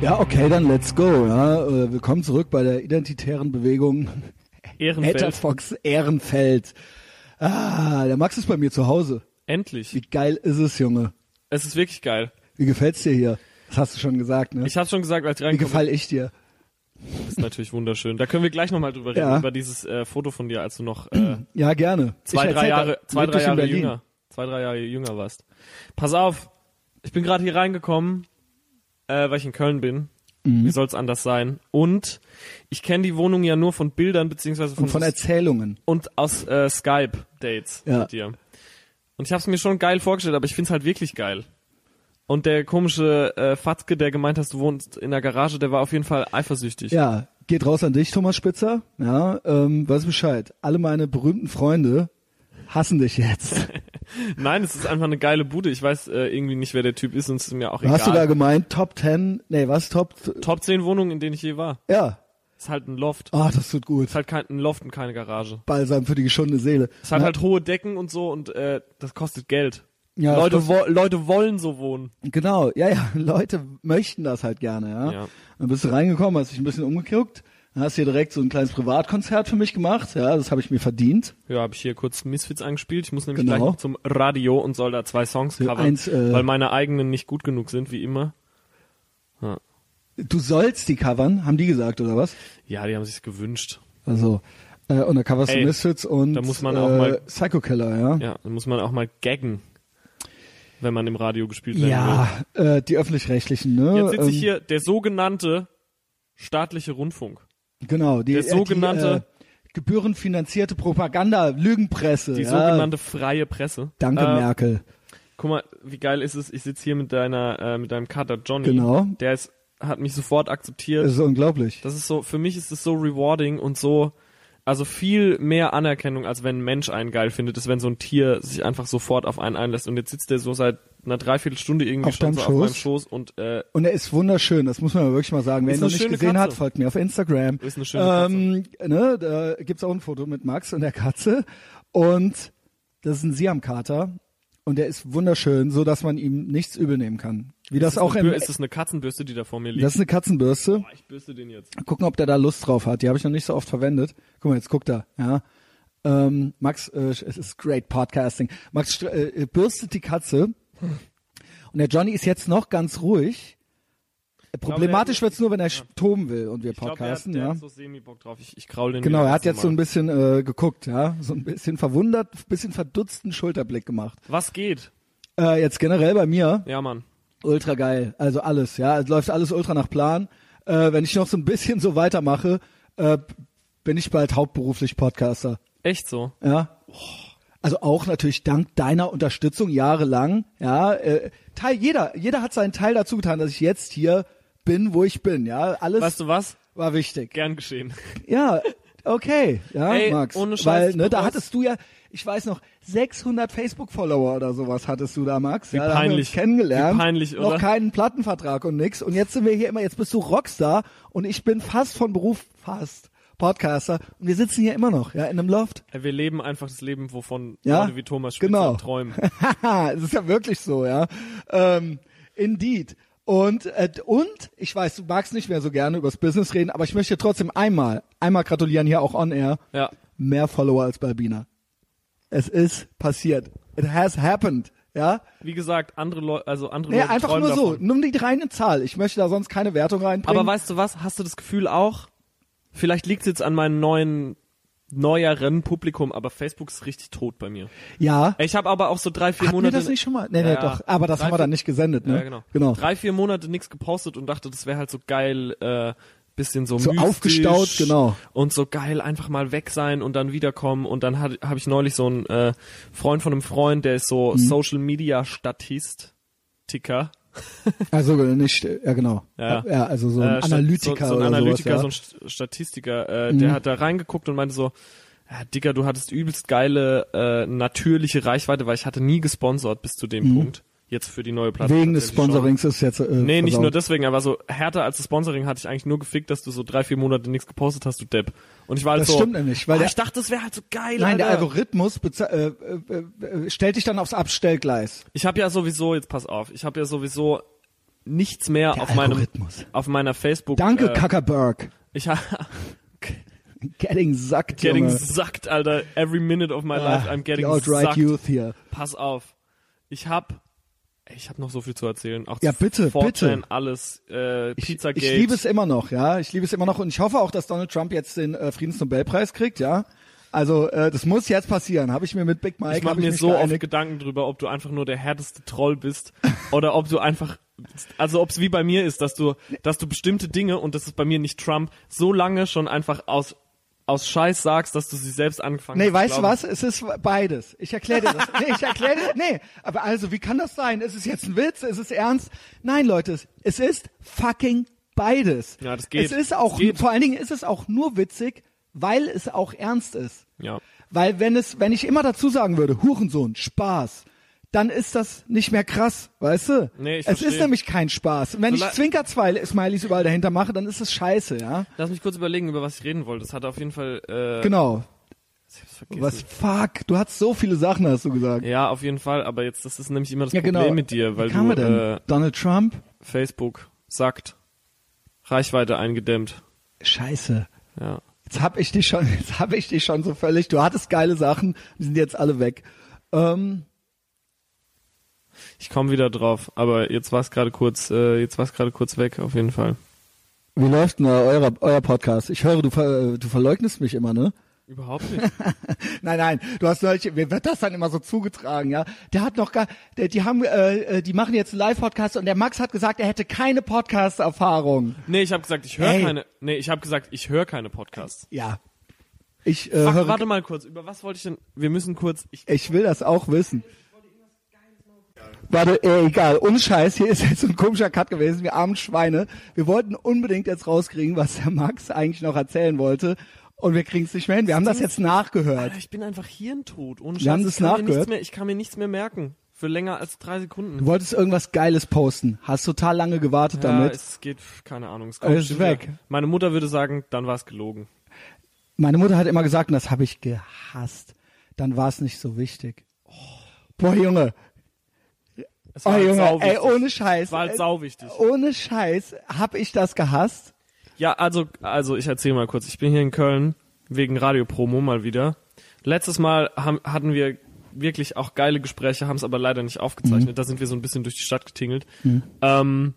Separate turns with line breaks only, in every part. Ja, okay, dann let's go. Ja. Äh, Willkommen zurück bei der identitären Bewegung Alter
Ehrenfeld.
Fox Ehrenfeld. Ah, der Max ist bei mir zu Hause. Wie
Endlich.
geil ist es, Junge?
Es ist wirklich geil.
Wie gefällt's dir hier? Das hast du schon gesagt, ne?
Ich habe schon gesagt, als ich
Wie
reingekommen
gefall ich dir?
bin, ist natürlich wunderschön. Da können wir gleich nochmal drüber reden,
Ja.
über dieses äh, Foto von dir, als du noch äh,
Ja, gerne.
zwei,
Ich
drei
erzähl,
Jahre,
da
zwei,
lebte
drei
ich in
Jahre
Berlin.
jünger, zwei, drei Jahre jünger warst. Pass auf, ich bin gerade hier reingekommen, äh, weil ich in Köln bin.
Mhm.
Wie soll's anders sein? Und ich kenne die Wohnung ja nur von Bildern beziehungsweise von,
Und von Erzählungen.
und aus äh, Skype Dates
Ja.
mit dir. Und ich habe es mir schon geil vorgestellt, aber ich find's halt wirklich geil. Und der komische äh, Fatzke, der gemeint hast, du wohnst in der Garage, der war auf jeden Fall eifersüchtig.
Ja, geht raus an dich, Thomas Spitzer. Ja, ähm, weiß Bescheid. Alle meine berühmten Freunde hassen dich jetzt.
Nein, es ist einfach eine geile Bude. Ich weiß äh, irgendwie nicht, wer der Typ ist und es ist mir auch egal.
Hast du da gemeint, Top 10? Nee, was Top?
Top 10 Wohnungen, in denen ich je war.
Ja.
Ist halt ein Loft.
Ah, das tut gut.
Ist halt kein, ein Loft und keine Garage.
Balsam für die geschundene Seele.
Es hat
Ja,
halt hohe Decken und so und äh, das kostet Geld.
Ja,
Leute,
das-
wo, Leute wollen so wohnen.
Genau, ja, ja, Leute möchten das halt gerne, ja.
Ja.
Dann bist du reingekommen, hast dich ein bisschen umgeguckt, dann hast hier direkt so ein kleines Privatkonzert für mich gemacht, ja, das habe ich mir verdient.
Ja, habe ich hier kurz Misfits angespielt. Ich muss nämlich
Genau.
gleich noch zum Radio und soll da zwei Songs
So
covern,
eins, äh,
weil meine eigenen nicht gut genug sind, wie immer.
Du sollst die covern, haben die gesagt, oder was?
Ja, die haben sich's gewünscht.
Also, äh, und da coverst
Ey,
du Misfits und
da muss man
äh,
auch mal-
Psycho Killer, ja.
Ja, dann muss man auch mal gaggen, wenn man im Radio gespielt werden will.
Ja, äh, die öffentlich-rechtlichen, ne?
Jetzt sitze
Ähm,
ich hier, der sogenannte staatliche Rundfunk.
Genau, die,
Der sogenannte-
die äh, gebührenfinanzierte Propaganda, Lügenpresse.
Die
ja.
sogenannte freie Presse.
Danke,
Äh,
Merkel.
Guck mal, wie geil ist es? Ich sitze hier mit deiner, äh, mit deinem Kater Johnny.
Genau.
Der ist, hat mich sofort akzeptiert.
Das ist unglaublich.
Das ist so, für mich ist es so rewarding und so, also viel mehr Anerkennung, als wenn ein Mensch einen geil findet, ist, wenn so ein Tier sich einfach sofort auf einen einlässt. Und jetzt sitzt der so seit einer Dreiviertelstunde irgendwie
Auf
schon
deinem
so auf
Schoß?
meinem Schoß und äh,
Und er ist wunderschön, das muss man ja wirklich mal sagen. Wer
Ist
ihn noch
eine
nicht
schöne
gesehen hat,
Katze.
folgt mir auf Instagram.
Ist eine schöne
ähm, Ne, da gibt's auch ein Foto mit Max und der Katze. Und das ist ein Siamkater. Und der ist wunderschön, so dass man ihm nichts übel nehmen kann. Wie das
ist
auch
eine,
im,
Bür- ist das eine Katzenbürste, die da vor mir liegt?
das ist eine Katzenbürste.
Boah, ich bürste den jetzt.
Gucken, ob der da Lust drauf hat. Die habe ich noch nicht so oft verwendet. Guck mal, jetzt guckt er. Ja. Ähm, Max, äh, es ist great podcasting. Max str- äh, bürstet die Katze. Und der Johnny ist jetzt noch ganz ruhig. Problematisch
der-
wird's nur, wenn er sch- toben will und wir
Ich glaube, der, hat-
podcasten.
der
ja.
hat so semi-Bock drauf. Ich, ich kraul den
ne? Genau,
wieder
er hat
das
jetzt so ein
Mal.
bisschen äh, geguckt, ja, so ein bisschen verwundert, ein bisschen verdutzten Schulterblick gemacht.
Was geht?
Äh, jetzt generell bei mir
Ja, Mann.
ultra geil, also alles, ja, es läuft alles ultra nach Plan. Äh, wenn ich noch so ein bisschen so weitermache, äh, bin ich bald hauptberuflich Podcaster,
Echt so.
ja. Also auch natürlich dank deiner Unterstützung jahrelang, ja. Äh, Teil jeder, jeder hat seinen Teil dazu getan, dass ich jetzt hier bin, wo ich bin, ja. Alles
Weißt du was?
war wichtig.
Gern geschehen.
Ja, okay. Ja,
Ey,
Max.
ohne Scheiß,
Weil, ne,
du
da
brauchst-
hattest du ja, ich weiß noch, 600 Facebook-Follower oder sowas hattest du da, Max. Wie ja, da haben wir
peinlich.
uns kennengelernt.
Wie peinlich, oder?
Noch keinen Plattenvertrag und nix. Und jetzt sind wir hier immer, jetzt bist du Rockstar und ich bin fast von Beruf, fast Podcaster. Und wir sitzen hier immer noch, ja, in einem Loft.
Ey, Wir leben einfach das Leben, wovon
Ja,
Leute wie Thomas Spitzer
genau.
träumen.
Haha, es ist ja wirklich so, ja. Ähm, indeed. Und, äh, und ich weiß, du magst nicht mehr so gerne übers Business reden, aber ich möchte trotzdem einmal, einmal gratulieren hier auch on air.
Ja.
Mehr Follower als Balbina. Es ist passiert. It has happened. Ja?
Wie gesagt, andere Leute, also andere
Nee,
Leute
einfach
träumen
nur so.
davon.
Nimm die reine Zahl. Ich möchte da sonst keine Wertung reinbringen.
Aber weißt du was? Hast du das Gefühl auch? Vielleicht liegt es jetzt an meinem neuen, neueren Publikum, aber Facebook ist richtig tot bei mir.
ja.
Ich habe aber auch so drei, vier
Hatten wir
Monate.
das nicht schon mal? Nee,
Ja,
nee,
ja.
doch. Aber das
Drei,
haben wir dann
vier-
nicht gesendet, ne?
Ja, genau.
genau.
Drei, vier Monate nichts gepostet und dachte, das wäre halt so geil, äh, bisschen so,
So
mystisch
aufgestaut, genau.
Und so geil einfach mal weg sein und dann wiederkommen. Und dann habe ich neulich so einen äh, Freund von einem Freund, der ist
Mhm.
so Social Media Statist. Ticker.
Also nicht, ja genau.
Ja.
ja also so ein
Äh, Stat-
Analytiker
so, so
oder
ein Analytiker,
sowas, ja. Mhm.
so ein St- Statistiker, äh, der hat da reingeguckt und meinte so, ja, Digga, du hattest übelst geile äh, natürliche Reichweite, weil ich hatte nie gesponsert bis zu dem Punkt. Jetzt für die neue Plattform.
Mhm. Wegen des
natürlich schon.
Sponsorings ist jetzt äh,
Nee, nicht
versaut.
nur deswegen, aber so härter als das Sponsoring hatte ich eigentlich nur gefickt, dass du so drei, vier Monate nichts gepostet hast, du Depp. Und ich war halt
Das
so.
stimmt nämlich, weil
ah,
der-
ich dachte, das wäre halt so geil.
Nein, der
Alter.
Algorithmus beze- äh, äh, äh, stellt dich dann aufs Abstellgleis.
Ich habe ja sowieso, jetzt pass auf, ich habe ja sowieso nichts mehr
Der
auf meinem
Algorithmus.
auf meiner Facebook.
Danke,
äh,
Zuckerberg.
ich ha-
Getting sucked,
getting
Junge. Ah,
sucked, Alter. Every minute of my life, I'm getting
the alt-right
sucked.
youth hier.
Pass auf. Ich hab ey, ich hab noch so viel zu erzählen. Auch
Ja,
zu
bitte,
4chan, alles äh,
Ich,
Pizzagate.
ich liebe es immer noch, ja. Ich liebe es immer noch und ich hoffe auch, dass Donald Trump jetzt den äh, Friedensnobelpreis kriegt, ja. Also äh, das muss jetzt passieren. Habe ich mir mit Big Mike
Ich mache
hab ich
mir
mich
so oft
geeinigt.
Gedanken drüber, ob du einfach nur der härteste Troll bist oder ob du einfach, also ob es wie bei mir ist, dass du, dass du bestimmte Dinge und das ist bei mir nicht Trump, so lange schon einfach aus aus Scheiß sagst, dass du sie selbst angefangen hast.
Nee,
zu
weißt du
glauben.
was? Es ist beides. Ich erkläre dir das. Nee, ich erkläre dir. Nee, aber also, wie kann das sein? Ist es jetzt ein Witz? Ist es ernst? Nein, Leute, es- es ist fucking beides.
Ja, das geht.
Es ist
Das
auch,
geht.
vor allen Dingen ist es auch nur witzig, weil es auch ernst ist.
Ja.
Weil wenn es, wenn ich immer dazu sagen würde, Hurensohn, Spaß, dann ist das nicht mehr krass, weißt du?
Nee, ich
es
versteh.
ist nämlich kein Spaß. Und wenn ich
Sola-
Zwinker-Smileys überall dahinter mache, dann ist es scheiße, ja?
Lass mich kurz überlegen, über was ich reden wollte. Das hat auf jeden Fall äh,
Genau.
ich hab's vergessen.
Was, fuck, du hast so viele Sachen, hast du gesagt.
Äh, Ja, auf jeden Fall. Aber jetzt, das ist nämlich immer das
Ja,
Problem
genau.
mit dir, weil
Wie kam er
du
denn?
äh,
Donald Trump?
Facebook sagt Reichweite eingedämmt.
Scheiße.
Ja.
Jetzt hab ich dich schon, jetzt hab ich dich schon so völlig. Du hattest geile Sachen, die sind jetzt alle weg. Ähm,
Ich komme wieder drauf, aber jetzt war es gerade kurz, äh, jetzt war es gerade kurz weg, auf jeden Fall.
wie läuft denn euer, euer Podcast? Ich höre, du, ver, äh, du verleugnest mich immer, ne?
Überhaupt nicht.
Nein, nein, du hast solche, mir wird das dann immer so zugetragen, ja? Der hat noch gar, der, die haben, äh, äh, die machen jetzt einen Live-Podcast und der Max hat gesagt, er hätte keine Podcast-Erfahrung.
Nee, ich habe gesagt, ich höre
Ey.
keine. Nee, ich habe gesagt, ich höre keine Podcasts.
Ja. Ich, äh,
Ach,
höre,
warte mal kurz, über was wollte ich denn? Wir müssen kurz. Ich,
Ich will das auch wissen. Warte, äh, egal, ohne Scheiß, hier ist jetzt so ein komischer Cut gewesen, wir armen Schweine. Wir wollten unbedingt jetzt rauskriegen, was der Max eigentlich noch erzählen wollte und wir kriegen es nicht mehr hin. Wir haben das jetzt nachgehört.
Alter, ich bin einfach hirntot. Ohne
Wir
Scheiß,
haben
ich
das
kann mir
nachgehört.
nichts Mehr, ich kann mir nichts mehr merken. Für länger als drei Sekunden.
Du wolltest irgendwas Geiles posten, hast total lange gewartet
Ja,
damit.
es geht, pf, keine Ahnung. Es
Es ist
bestimmt
weg.
wieder. Meine Mutter würde sagen, dann war es gelogen.
Meine Mutter hat immer gesagt, und das habe ich gehasst, dann war es nicht so wichtig. Oh, Boah, Junge,
Es
oh,
halt
Junge,
sauwichtig.
ey, ohne Scheiß.
Es war halt
Äh,
sauwichtig.
Ohne Scheiß habe ich das gehasst.
Ja, also, also ich erzähle mal kurz. Ich bin hier in Köln wegen Radiopromo mal wieder. Letztes Mal haben, hatten wir wirklich auch geile Gespräche, haben es aber leider nicht
Mhm.
aufgezeichnet. Da sind wir so ein bisschen durch die Stadt getingelt. Ähm,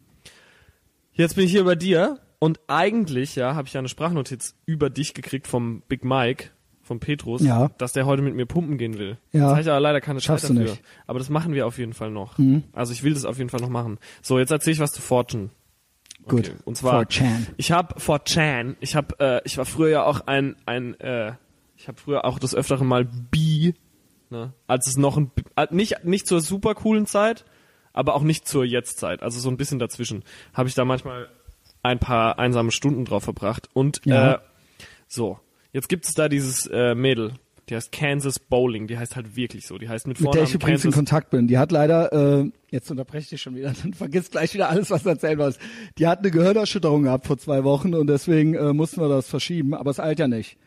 jetzt bin ich hier bei dir und eigentlich, ja, habe ich ja eine Sprachnotiz über dich gekriegt vom Big Mike, vom Petrus,
Ja.
dass der heute mit mir pumpen gehen will.
Ja.
Jetzt habe ich aber leider keine
Schaffst
Zeit
du
dafür.
nicht. Mhm.
Aber das machen wir auf jeden Fall noch. Also ich will das auf jeden Fall noch machen. So, jetzt erzähle ich was zu Fortune.
Gut.
Okay. Und zwar
4chan.
Ich habe 4chan. Ich habe äh, ich war früher ja auch ein ein äh, ich habe früher auch das öftere Mal B, ne? Als es noch ein B- äh, nicht nicht zur super coolen Zeit, aber auch nicht zur Jetztzeit, also so ein bisschen dazwischen, habe ich da manchmal ein paar einsame Stunden drauf verbracht und
Ja.
äh, so. Jetzt gibt es da dieses äh, Mädel, die heißt Kansas Bowling, die heißt halt wirklich so, die heißt mit
mit der
Vornamen
ich übrigens in
Kansas
Kontakt bin. Die hat leider, äh, jetzt unterbreche ich dich schon wieder, dann vergiss gleich wieder alles, was du erzählen wolltest. Die hat eine Gehirnerschütterung gehabt vor zwei Wochen und deswegen äh, mussten wir das verschieben, aber es eilt ja nicht.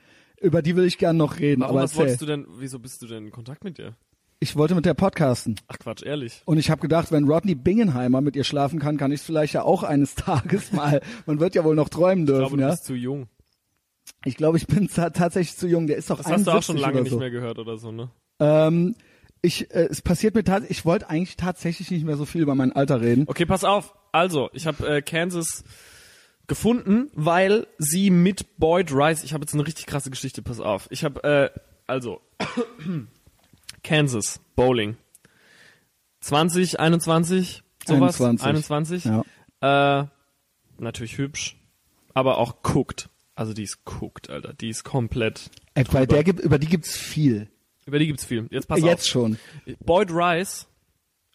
Über die will ich gern noch reden,
Warum
aber
was
erzähl.
wolltest du denn, wieso bist du denn in Kontakt mit ihr?
Ich wollte mit der podcasten
Ach Quatsch, ehrlich.
und ich habe gedacht, wenn Rodney Bingenheimer mit ihr schlafen kann, kann ich es vielleicht ja auch eines Tages mal. Man wird ja wohl noch träumen
Ich
dürfen,
glaube, du
ja?
bist zu jung.
Ich glaube, ich bin ta- tatsächlich zu jung. Der ist doch
Das hast du auch schon
71
lange
oder
nicht
so.
mehr gehört oder so, ne?
Ähm, ich, äh, es passiert mir tatsächlich, ich wollte eigentlich tatsächlich nicht mehr so viel über mein Alter reden.
Okay, pass auf. Also, ich habe äh, Kansas gefunden, weil sie mit Boyd Rice, ich habe jetzt eine richtig krasse Geschichte, pass auf. Ich habe, äh, also, Kansas, Bowling. 20, 21, sowas?
21.
21.
Ja.
Äh, natürlich hübsch, aber auch guckt. Also die ist guckt, Alter. Die ist komplett.
Ey, Äh, weil der gibt, über die gibt's viel.
Über die gibt's viel. Jetzt pass
Jetzt
auf.
schon.
Boyd Rice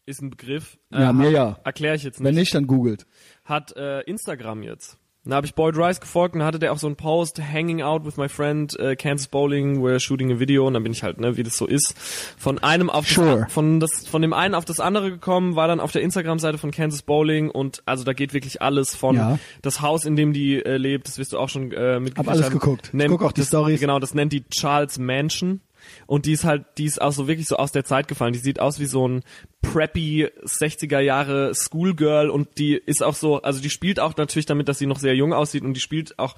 ist ein Begriff.
Ja, mir ja.
Erkläre ich jetzt nicht.
Wenn nicht, dann googelt.
hat äh, Instagram jetzt. Da habe ich Boyd Rice gefolgt und da hatte der auch so einen Post, hanging out with my friend, äh, Kansas Bowling, we're shooting a video und dann bin ich halt, ne, wie das so ist, von einem auf
Sure.
das, von das von dem einen auf das andere gekommen, war dann auf der Instagram Seite von Kansas Bowling und also da geht wirklich alles von
Ja.
das Haus, in dem die äh, lebt, das wirst du auch schon äh, mitgekriegt
alles
haben.
geguckt. Ich
Nennt-
guck auch die
das,
Stories.
Genau, das nennt die Charles Mansion. Und die ist halt, die ist auch so wirklich so aus der Zeit gefallen. Die sieht aus wie so ein preppy 60er Jahre Schoolgirl und die ist auch so, also die spielt auch natürlich damit, dass sie noch sehr jung aussieht und die spielt auch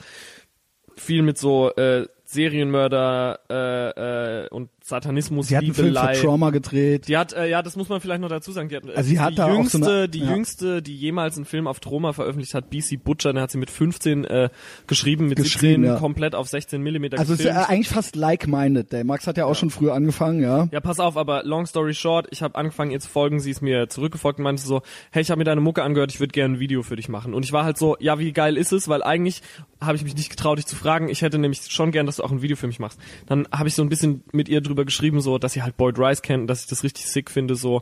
viel mit so äh, Serienmörder äh, äh, und Satanismus,
Sie hat einen Film für
Liebelei.
Trauma gedreht.
Die hat, äh, ja, das muss man vielleicht noch dazu sagen. Die hat, äh,
Also sie hat
die
da auch so
jüngste,
eine-
die
ja.
jüngste, die jemals einen Film auf Troma veröffentlicht hat, BC Butcher, der hat sie mit 15 äh, geschrieben, mit
Geschrieben,
17
ja.
komplett auf 16 Millimeter
Also es ist
gefilmt.
ja eigentlich fast like-minded. Der Max hat ja auch schon früher angefangen, ja.
ja, pass auf, aber long story short, ich habe angefangen, ihr zu folgen, sie ist mir zurückgefolgt und meinte so, hey, ich habe mir deine Mucke angehört, ich würde gerne ein Video für dich machen. Und ich war halt so, ja, wie geil ist es, weil eigentlich habe ich mich nicht getraut, dich zu fragen. Ich hätte nämlich schon gern, dass du auch ein Video für mich machst. Dann habe ich so ein bisschen mit ihr drüber geschrieben, so, dass sie halt Boyd Rice kennt, und dass ich das richtig sick finde, so.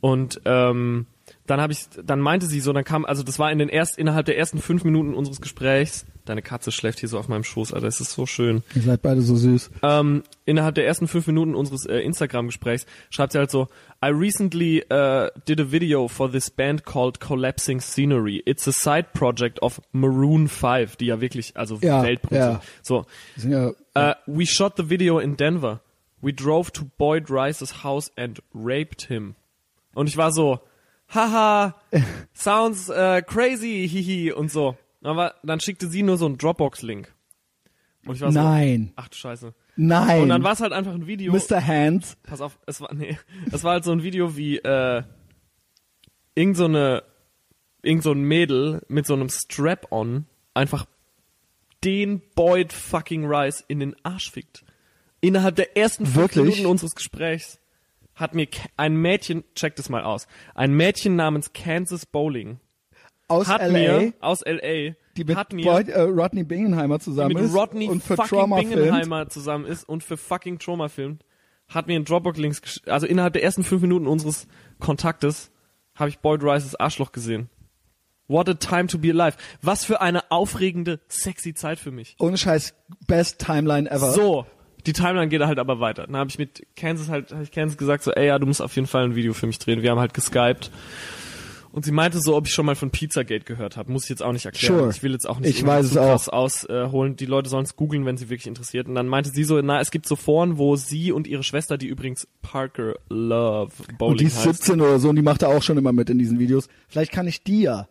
Und ähm, dann habe ich, dann meinte sie so, dann kam, also das war in den erst innerhalb der ersten fünf Minuten unseres Gesprächs. Deine Katze schläft hier so auf meinem Schoß, Alter, es ist so schön
Ihr seid beide so süß.
ähm, innerhalb der ersten fünf Minuten unseres äh, Instagram-Gesprächs schreibt sie halt so, I recently äh, did a video for this band called Collapsing Scenery. It's a side project of Maroon 5, die ja wirklich, also
Ja,
Weltbrüder
ja.
sind. So,
Die sind ja,
äh, we shot the video in Denver. We drove to Boyd Rice's house and raped him. Und ich war so, haha, sounds äh, crazy, hihi und so. Aber dann schickte sie nur so einen Dropbox-Link. Und ich war
Nein.
so, ach du Scheiße.
nein.
Und dann war es halt einfach ein Video.
Mr. Hands.
Pass auf, es war nee, es war halt so ein Video wie äh, irgend so eine irgend so ein Mädel mit so einem Strap-on einfach den Boyd fucking Rice in den Arsch fickt. Innerhalb der ersten fünf
Wirklich?
Minuten unseres Gesprächs hat mir Ca- ein Mädchen, check das mal aus, ein Mädchen namens Kansas Bowling
Aus
hat
LA,
mir aus LA
die mit
hat mir
Boyd, äh, Rodney Bingenheimer zusammen
mit
ist
Rodney
und für
fucking
Trauma filmt.
Bingenheimer zusammen ist und für fucking Trauma filmt, hat mir einen Dropbox-Links, gesch- also innerhalb der ersten fünf Minuten unseres Kontaktes, habe ich Boyd Rice's Arschloch gesehen. What a time to be alive. Was für eine aufregende, sexy Zeit für mich.
Ohne Scheiß, best Timeline ever.
So, die Timeline geht halt aber weiter. Dann habe ich mit Kansas halt, habe ich Kansas gesagt so, ey, ja, du musst auf jeden Fall ein Video für mich drehen. Wir haben halt geskypt. Und sie meinte so, ob ich schon mal von Pizzagate gehört habe. Muss ich jetzt auch nicht erklären.
Sure.
Ich will jetzt auch nicht
Ich
irgendwie
weiß
zu
es auch.
krass ausholen. Die Leute sollen es googeln, wenn sie wirklich interessiert. Und dann meinte sie so, na, es gibt so Foren, wo sie und ihre Schwester, die übrigens Parker Love Bowling
und die ist
heißt,
17 oder so und die macht da auch schon immer mit in diesen Videos. Vielleicht kann ich die ja.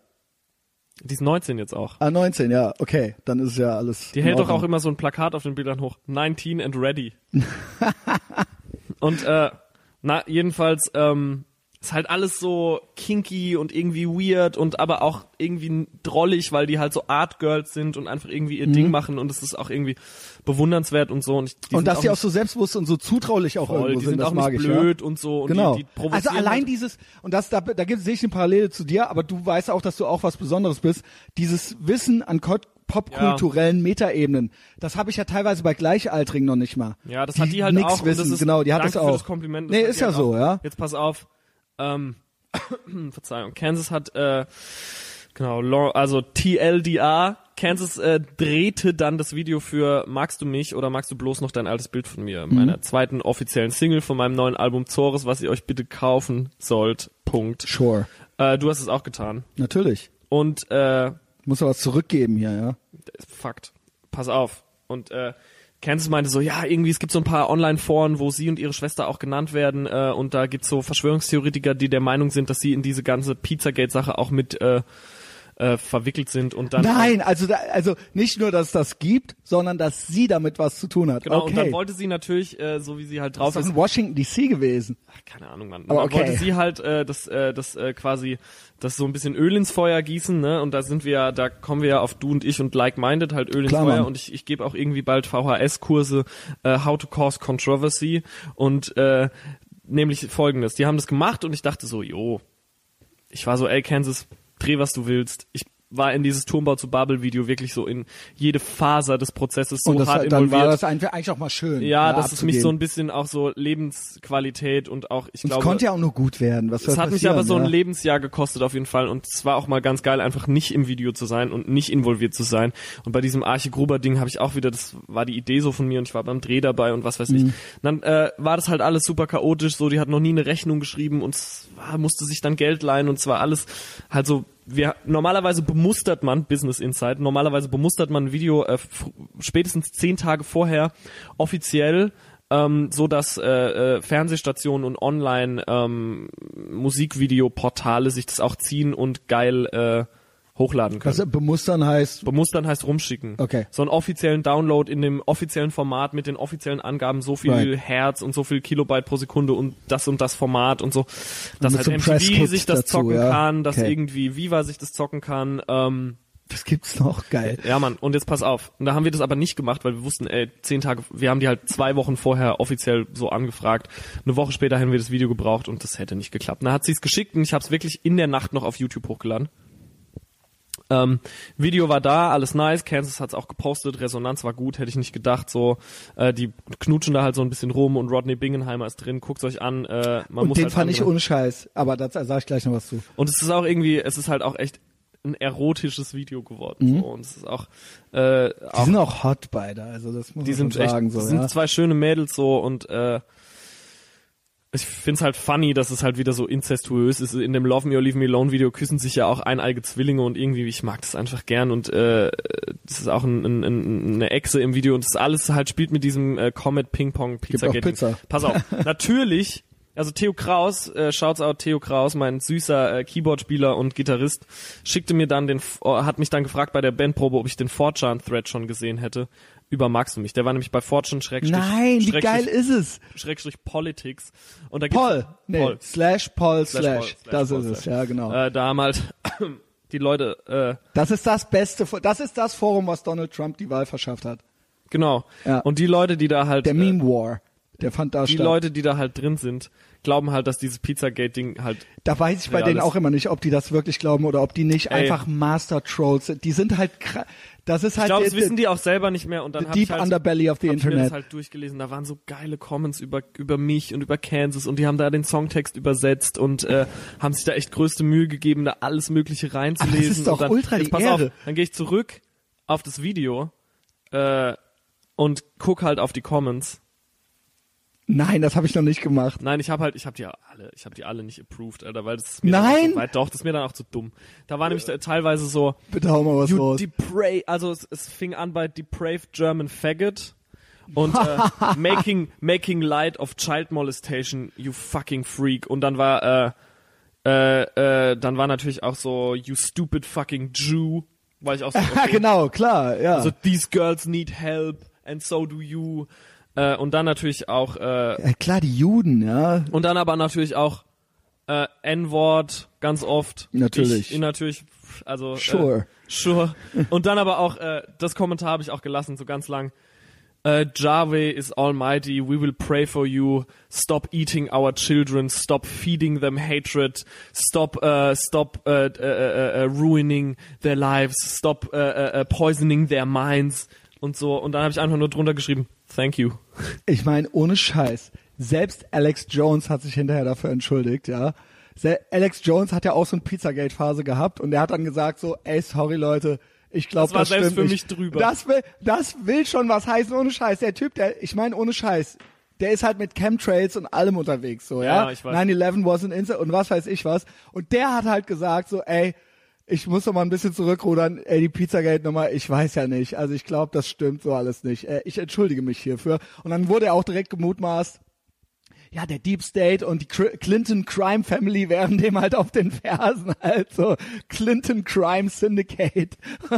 die ist 19 jetzt auch.
Ah, 19, ja, okay. Dann ist ja alles.
Die
in
hält doch auch
Ordnung.
immer so ein Plakat auf den Bildern hoch. 19 and ready. und äh, na, jedenfalls ähm, ist halt alles so kinky und irgendwie weird und aber auch irgendwie drollig, weil die halt so Art Girls sind und einfach irgendwie
Mhm.
ihr Ding machen und es ist auch irgendwie bewundernswert und so. Und, ich, die
Und
sind
dass die auch
nicht
so selbstbewusst und so zutraulich auch
voll,
irgendwo
die sind,
das
auch
mag
nicht
ich, ja.
blöd und so. Und
Genau.
die, die provozieren
also allein
halt-
dieses, und das, da, da gibt- sehe ich eine Parallele zu dir, aber du weißt auch, dass du auch was Besonderes bist. Dieses Wissen an ko- popkulturellen Metaebenen, das habe ich ja teilweise bei Gleichaltrigen noch nicht mal.
Ja, das hat die halt
nix
auch. und
Wissen.
das ist,
genau, die hat
danke
das auch.
Für das Kompliment. Das
nee,
hat
ist
die
ja
halt
so,
auch.
ja.
Jetzt pass auf. Ähm, Verzeihung. Kansas hat äh, genau, Lo- also TLDR. Kansas äh, drehte dann das Video für Magst du mich oder magst du bloß noch dein altes Bild von mir?
Mhm.
Meiner zweiten offiziellen Single von meinem neuen Album Zores, was ihr euch bitte kaufen sollt. Punkt.
Sure.
Äh, du hast es auch getan.
Natürlich.
Und äh,
Muss ja was zurückgeben hier, ja.
Fakt. Äh, Pass auf. Und äh, Kansas meinte so, ja, irgendwie, es gibt so ein paar Online-Foren, wo sie und ihre Schwester auch genannt werden. Äh, und da gibt's so Verschwörungstheoretiker, die der Meinung sind, dass sie in diese ganze Pizzagate-Sache auch mit äh, äh, verwickelt sind. Und dann
Nein, also da, also nicht nur, dass es das gibt, sondern dass sie damit was zu tun hat.
Genau,
okay.
und dann wollte sie natürlich, äh, so wie sie halt drauf
das ist
ist,
in Washington DC gewesen.
keine Ahnung, Mann. Und
Aber
dann
okay.
wollte sie halt äh, das, äh, das äh, quasi, das so ein bisschen Öl ins Feuer gießen, ne? Und da sind wir ja, da kommen wir ja auf du und ich und like-minded halt Öl ins
Klar,
Feuer.
Mann.
Und ich, ich gebe auch irgendwie bald VHS-Kurse, äh, How to Cause Controversy und äh, nämlich folgendes. Die haben das gemacht und ich dachte so, jo, ich war so, ey, Kansas, dreh, was du willst. Ich war in dieses Turmbau zu Babel-Video wirklich so in jede Faser des Prozesses so
und das,
hart
dann
involviert.
war das einfach- eigentlich auch mal schön.
ja, dass es mich
abzugeben.
so ein bisschen auch so Lebensqualität und auch, ich
Und
glaube,
es konnte ja auch nur gut werden. Was soll
es hat mich
passieren,
aber so ein
ja?
Lebensjahr gekostet auf jeden Fall und es war auch mal ganz geil, einfach nicht im Video zu sein und nicht involviert zu sein. Und bei diesem Arche Gruber Ding habe ich auch wieder, das war die Idee so von mir und ich war beim Dreh dabei und was weiß ich. Und
Mhm.
dann äh, war das halt alles super chaotisch, so die hat noch nie eine Rechnung geschrieben und es war, musste sich dann Geld leihen und es war alles halt so. Wir, normalerweise bemustert man Business Insight, normalerweise bemustert man ein Video äh, fr- spätestens zehn Tage vorher offiziell ähm, so dass äh, äh, Fernsehstationen und Online ähm, Musikvideoportale sich das auch ziehen und geil äh, hochladen können.
Was äh, bemustern heißt,
Bemustern heißt rumschicken.
Okay.
So einen offiziellen Download in dem offiziellen Format mit den offiziellen Angaben, so viel
Right.
Hertz und so viel Kilobyte pro Sekunde und das und das Format und so. Dass
mit
halt
so einem
MTV
Presscode
sich das
dazu,
zocken
ja.
kann, dass
Okay.
irgendwie Viva sich das zocken kann. Ähm,
das gibt's noch, geil.
ja, Mann, und jetzt pass auf. Und da haben wir das aber nicht gemacht, weil wir wussten, ey, zehn Tage, wir haben die halt zwei Wochen vorher offiziell so angefragt. Eine Woche später hätten wir das Video gebraucht und das hätte nicht geklappt. Und dann hat sie es geschickt und ich habe es wirklich in der Nacht noch auf YouTube hochgeladen. Ähm, Video war da, alles nice, Kansas hat's auch gepostet, Resonanz war gut, hätte ich nicht gedacht, so, äh, die knutschen da halt so ein bisschen rum und Rodney Bingenheimer ist drin, guckt's euch an, äh, man muss
und den
halt
fand ich
angemessen-
unscheiß, aber da sage ich gleich noch was zu.
und es ist auch irgendwie, es ist halt auch echt ein erotisches Video geworden.
Mhm.
So. Und es ist auch, äh,
Die
auch
sind auch hot beide, also das muss
die
man
sind
schon
echt,
sagen. so,
das sind
ja.
zwei schöne Mädels so und äh, ich find's halt funny, dass es halt wieder so incestuös ist. In dem Love Me or Leave Me Alone Video küssen sich ja auch eineige Zwillinge und irgendwie, ich mag das einfach gern und äh, das ist auch ein, ein, ein, eine Echse im Video und das alles halt spielt mit diesem äh, Comet Ping Pong Pizza
auch
Gate.
Pizza.
Pass auf, natürlich, also Theo Kraus, äh, shouts out Theo Kraus, mein süßer äh, Keyboardspieler und Gitarrist, schickte mir dann den, F- äh, hat mich dann gefragt bei der Bandprobe, ob ich den Fortran-Thread schon gesehen hätte über Max und mich. Der war nämlich bei Fortran Schrägstrich,
Nein, wie
Schrägstrich,
geil ist es?
Schrägstrich Politics. Und da gibt's-
Paul, nee,
Paul.
slash Paul slash,
Slash Paul, slash
das
Paul,
ist es,
slash.
ja genau.
Äh, da haben halt die Leute, äh,
das ist das Beste, Fo- das ist das Forum, was Donald Trump die Wahl verschafft hat.
genau.
Ja.
Und die Leute, die da halt,
Der
äh,
Meme War, der fand da
die
statt.
Leute, die da halt drin sind, glauben halt, dass dieses Pizzagate-Ding halt
Da weiß ich bei
Ja,
denen
alles.
auch immer nicht, ob die das wirklich glauben oder ob die nicht
Ey.
einfach Master Trolls sind. Die sind halt kra- das ist halt
Ich glaube,
der-
das wissen die auch selber nicht mehr und dann
the
hab
deep
ich halt,
underbelly of the
hab Ich mir
Internet.
das halt durchgelesen. Da waren so geile Comments über über mich und über Kansas und die haben da den Songtext übersetzt und äh, haben sich da echt größte Mühe gegeben, da alles Mögliche reinzulesen.
Aber das ist doch
und dann,
ultra
jetzt
die
pass auf,
Ehre.
dann gehe ich zurück auf das Video äh, und guck halt auf die Comments.
Nein, das habe ich noch nicht gemacht.
Nein, ich habe halt, ich habe die alle, ich habe die alle nicht approved, Alter, weil das ist mir Dann
Nein!
auch zu weit, doch, das ist mir dann auch zu dumm. Da war nämlich da, teilweise so,
Bitte hau mal was
You
raus.
depra also es, es fing an bei Depraved German Faggot und äh, making, making Light of Child Molestation, you fucking freak. Und dann war, äh, äh, äh, dann war natürlich auch so, you stupid fucking Jew, war ich auch so,
Ja,
okay,
genau, klar, ja.
so these girls need help and so do you. Äh, und dann natürlich auch, äh,
ja, klar, die Juden, ja.
und dann aber natürlich auch äh, N-Wort ganz oft.
Natürlich.
Ich, natürlich, also
Sure.
Äh, sure. Und dann aber auch, äh, das Kommentar habe ich auch gelassen, so ganz lang. Äh, Jahwe is almighty, we will pray for you, stop eating our children, stop feeding them hatred, stop, äh, stop äh, äh, äh, äh, ruining their lives, stop äh, äh, äh, poisoning their minds und so. Und dann habe ich einfach nur drunter geschrieben, thank you.
Ich meine, ohne Scheiß. Selbst Alex Jones hat sich hinterher dafür entschuldigt, ja. Se Alex Jones hat ja auch so eine Pizzagate-Phase gehabt und er hat dann gesagt so, ey, sorry Leute, ich glaube,
Das
das,
war selbst
stimmt
für
nicht.
mich drüber.
Das will, das will schon was heißen, ohne Scheiß. Der Typ, der, ich meine, ohne Scheiß, der ist halt mit Chemtrails und allem unterwegs, so, ja.
Ja, ich weiß.
9-11 was an Insta und was weiß ich was. Und der hat halt gesagt so, ey, ich muss doch mal ein bisschen zurückrudern, ey, die Pizzagate-Nummer, ich weiß ja nicht. Also ich glaube, das stimmt so alles nicht. Äh, ich entschuldige mich hierfür. Und dann wurde er auch direkt gemutmaßt, ja, der Deep State und die Cr- Clinton Crime Family wären dem halt auf den Fersen, also Clinton Crime Syndicate.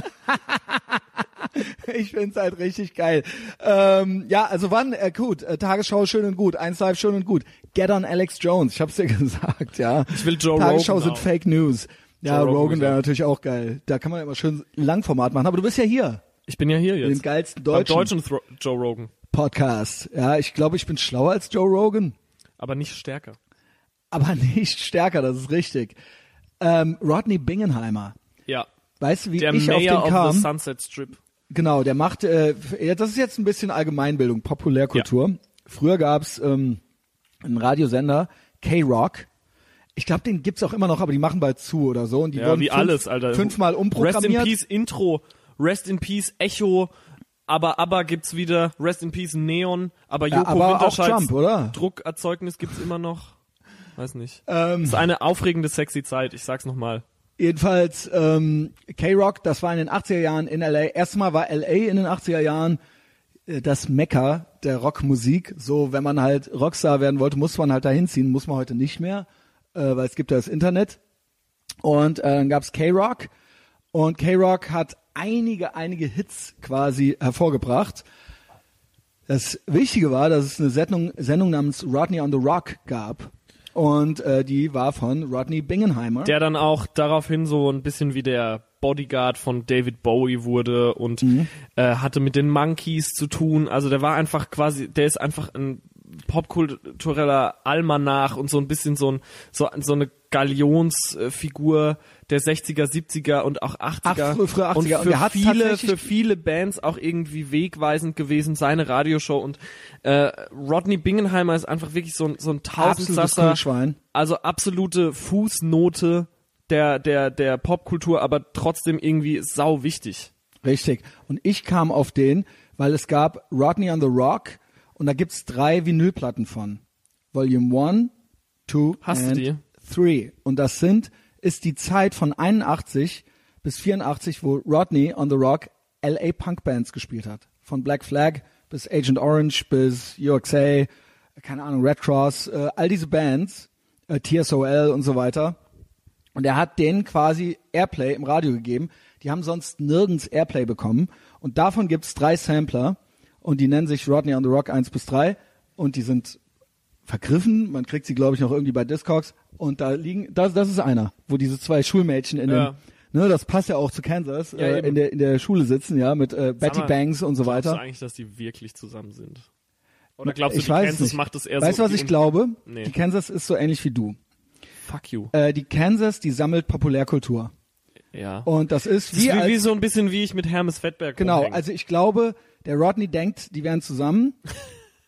ich find's halt richtig geil. Ähm, ja, also wann, äh, gut, äh, Tagesschau schön und gut, 1 Live schön und gut. Get on Alex Jones, ich hab's dir gesagt, ja.
Ich will Joe
Tagesschau
Rogan
sind
auch.
Fake News. Ja,
Joe Rogan
Rogan wäre
wieder.
natürlich auch geil. Da kann man immer schön Langformat machen, aber du bist ja hier,
Ich bin ja hier
in dem
jetzt.
geilsten
Beim
deutschen,
deutschen Thro Joe Rogan,
Podcast. Ja, ich glaube, ich bin schlauer als Joe Rogan.
aber nicht stärker.
aber nicht stärker, das ist richtig. Ähm, Rodney Bingenheimer.
Ja.
Weißt du, wie
Der
ich
Mayor
auf den
of the
kam?
Sunset Strip.
Genau, der macht, äh, f- ja, das ist jetzt ein bisschen Allgemeinbildung, Populärkultur. Früher gab's ähm, einen Radiosender, K-Rock. Ich glaube, den gibt's auch immer noch, aber die machen bald zu oder so. Und die
Ja,
wurden
wie
fünf,
alles, Alter.
fünfmal
Rest in
umprogrammiert.
Peace Intro, Rest in Peace Echo, aber aber gibt's wieder, Rest in Peace Neon, aber Joko
Ja, aber auch
Winterscheids
Trump, oder?
Druckerzeugnis gibt's immer noch. Weiß nicht.
Ähm.
ist eine aufregende sexy Zeit, ich sag's nochmal.
Jedenfalls, ähm, K-Rock, das war in den 80er Jahren in L.A. Erstmal war L.A. in den 80er Jahren äh, das Mekka der Rockmusik. So, wenn man halt Rockstar werden wollte, muss man halt da hinziehen. Muss man heute nicht mehr, äh, weil es gibt ja das Internet. Und äh, dann gab's K-Rock. Und K-Rock hat einige, einige Hits quasi hervorgebracht. Das Wichtige war, dass es eine Sendung, Sendung namens Rodney on the Rock gab. Und äh, die war von Rodney Bingenheimer.
Der dann auch daraufhin so ein bisschen wie der Bodyguard von David Bowie wurde und
Mhm.
äh, hatte mit den Monkeys zu tun. Also der war einfach quasi, der ist einfach ein popkultureller Almanach und so ein bisschen so ein so, so eine Galionsfigur der 60er, 70er und auch 80er.
Ach, frü- frühe 80er.
Und für
Und der hat
viele
tatsächlich-
für viele Bands auch irgendwie wegweisend gewesen, seine Radioshow und äh, Rodney Bingenheimer ist einfach wirklich so ein so ein
Absolutes
Tausendsasser.
Kugelschwein.
Also absolute Fußnote der der der Popkultur, aber trotzdem irgendwie sau wichtig.
Richtig. Und ich kam auf den, weil es gab Rodney on the Rock und da gibt's drei Vinylplatten von. Volume 1, 2
Hast du die?
and 3. Und das sind, ist die Zeit von 81 bis 84, wo Rodney on the Rock LA Punk Bands gespielt hat. Von Black Flag bis Agent Orange bis UXA, keine Ahnung, Red Cross, äh, all diese Bands, äh, TSOL und so weiter. Und er hat denen quasi Airplay im Radio gegeben. Die haben sonst nirgends Airplay bekommen. Und davon gibt's drei Sampler. Und die nennen sich Rodney on the Rock 1 bis 3. Und die sind vergriffen. Man kriegt sie, glaube ich, noch irgendwie bei Discogs. Und da liegen, das, das ist einer, wo diese zwei Schulmädchen in
Ja.
dem, ne, das passt ja auch zu Kansas, äh,
eben.
in, der, in der Schule sitzen, ja, mit äh, Betty
mal,
Banks und so
Glaubst du
weiter.
eigentlich, dass die wirklich zusammen sind? Oder glaubst du,
ich
die
weiß
Kansas
nicht.
macht das eher
weißt
so?
du, was ich glaube?
Nee.
Die Kansas ist so ähnlich wie du.
Fuck you.
Äh, die Kansas, die sammelt Populärkultur.
Ja.
Äh, Und das ist
Das ist
wie, als-
wie, wie so ein bisschen wie ich mit Hermes Fettberg
Genau,
rumhänge.
also ich glaube, der Rodney denkt, die wären zusammen.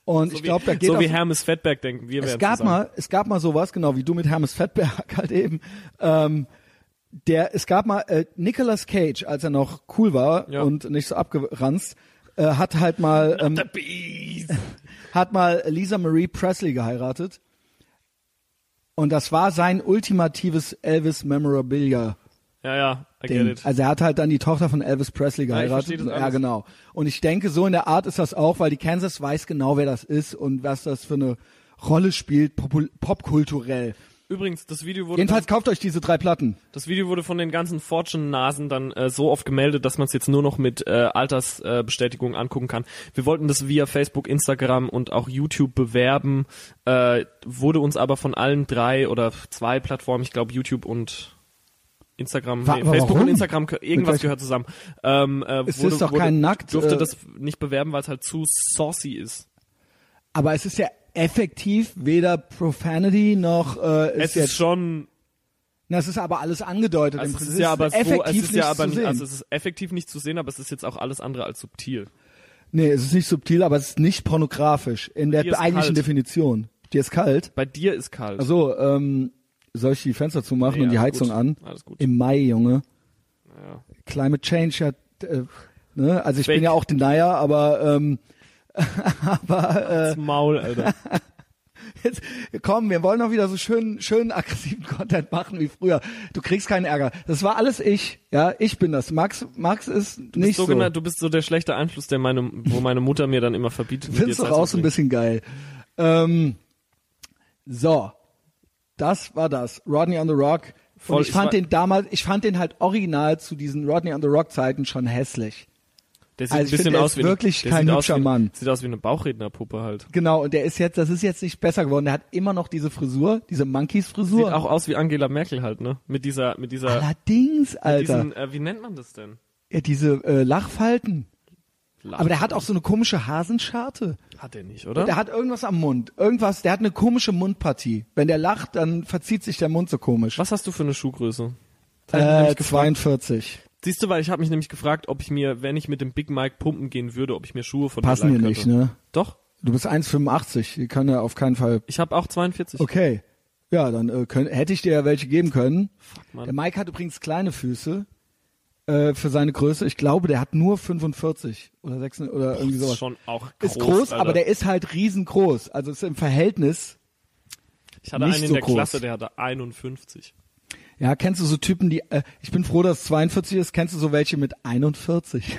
Und ich
so
glaube,
wie,
da geht
so
auch,
wie Hermes Fettberg denken wir
es
werden
gab
zusammen.
mal, es gab mal sowas, genau wie du mit Hermes Fettberg halt eben. Ähm, der, es gab mal äh, Nicolas Cage, als er noch cool war
Ja.
und nicht so abgeranzt, äh, hat halt mal ähm,
The Beast.
hat mal Lisa Marie Presley geheiratet. Und das war sein ultimatives Elvis Memorabilia
Ja, ja, I get
Ding.
it.
Also er hat halt dann die Tochter von Elvis Presley
ich
geheiratet.
verstehe das
ja,
alles.
genau. Und ich denke, so in der Art ist das auch, weil die Kansas weiß genau, wer das ist und was das für eine Rolle spielt, popul- popkulturell.
Übrigens, das Video wurde
Jedenfalls kauft euch diese drei Platten.
das Video wurde von den ganzen Fortune-Nasen dann äh, so oft gemeldet, dass man es jetzt nur noch mit äh, Altersbestätigung äh, Bestätigung angucken kann. Wir wollten das via Facebook, Instagram und auch YouTube bewerben, äh, wurde uns aber von allen drei oder zwei Plattformen, ich glaube YouTube und Instagram,
Wa-
nee,
aber
Facebook
warum?
und Instagram, gehö- irgendwas
welchem-
gehört zusammen. Ähm, äh,
Es
wurde,
ist doch
wurde,
kein Nackt,
Durfte
äh,
das nicht bewerben, weil es halt zu saucy ist.
Aber es ist ja effektiv weder Profanity noch äh, ist
Es
jetzt.
ist schon
das ist aber alles angedeutet. Im
Also es
Prinzip
ist ja aber
es effektiv
so, es ist
nichts
ja aber
zu
nicht,
sehen.
also es ist effektiv nicht zu sehen, aber es ist jetzt auch alles andere als subtil.
nee, es ist nicht subtil, aber es ist nicht pornografisch in der
Dir ist
eigentlichen
kalt.
Definition. Dir ist kalt.
Bei dir ist kalt.
Also ähm, soll ich die Fenster zumachen
Nee,
und die
alles
Heizung
gut.
an?
Alles gut.
Im Mai, Junge.
Ja.
Climate Change hat, äh, ne, also ich
Fake.
bin ja auch Denier, aber ähm, aber
Das Maul, Alter.
äh, jetzt, komm, wir wollen doch wieder so schön, schönen aggressiven Content machen wie früher. Du kriegst keinen Ärger. Das war alles ich, ja, ich bin das. Max, Max ist nicht
so
so.
genau, du bist so der schlechte Einfluss, der meine, wo meine Mutter mir dann immer verbietet. mit dir
Findest du
Zeit zu
raus ein
verbringen.
bisschen geil. Ähm, so, das war das. Rodney on the Rock.
Voll,
Und ich
ich
fand
war-
den damals, ich fand den halt original zu diesen Rodney on the Rock Zeiten schon hässlich.
Der sieht
Also
ein
ich
bisschen
finde, er
aus
ist
wie eine-
wirklich
der
kein
sieht aus
hübscher
wie-
Mann.
Sieht aus wie eine Bauchrednerpuppe halt.
Genau, und der ist jetzt, das ist jetzt nicht besser geworden. Der hat immer noch diese Frisur, diese
Sieht
Monkeys-Frisur.
auch aus wie Angela Merkel halt, ne? Mit dieser, mit dieser,
Allerdings, Alter,
diesen, äh, wie nennt man das denn?
ja, diese äh, Lachfalten.
Lach.
Aber der hat auch so eine komische Hasenscharte.
hat er nicht, oder?
Der hat irgendwas am Mund. Irgendwas, der hat eine komische Mundpartie. Wenn der lacht, dann verzieht sich der Mund so komisch.
Was hast du für eine Schuhgröße? Das hat mich
Äh,
nämlich gefragt.
42.
Siehst du, weil ich habe mich nämlich gefragt, ob ich mir, wenn ich mit dem Big Mike pumpen gehen würde, ob ich mir Schuhe von
Passen
dir
dir
leihen
nicht,
könnte.
ne?
Doch,
Du bist 1,85. Die kann ja auf keinen Fall.
ich habe auch 42.
Okay. Ja, dann äh, könnt, hätte ich dir ja welche geben können.
Fuck, Mann.
Der Mike hat übrigens kleine Füße äh, für seine Größe. Ich glaube, der hat nur 45 oder 6 oder irgendwie
ist
sowas.
schon auch groß.
ist groß,
Alter.
aber der ist halt riesengroß. Also ist im Verhältnis.
ich hatte
nicht
einen in
so
der
groß.
Klasse, der hatte 51.
Ja, kennst du so Typen, die. Äh, ich bin froh, dass es 42 ist. Kennst du so welche mit 41?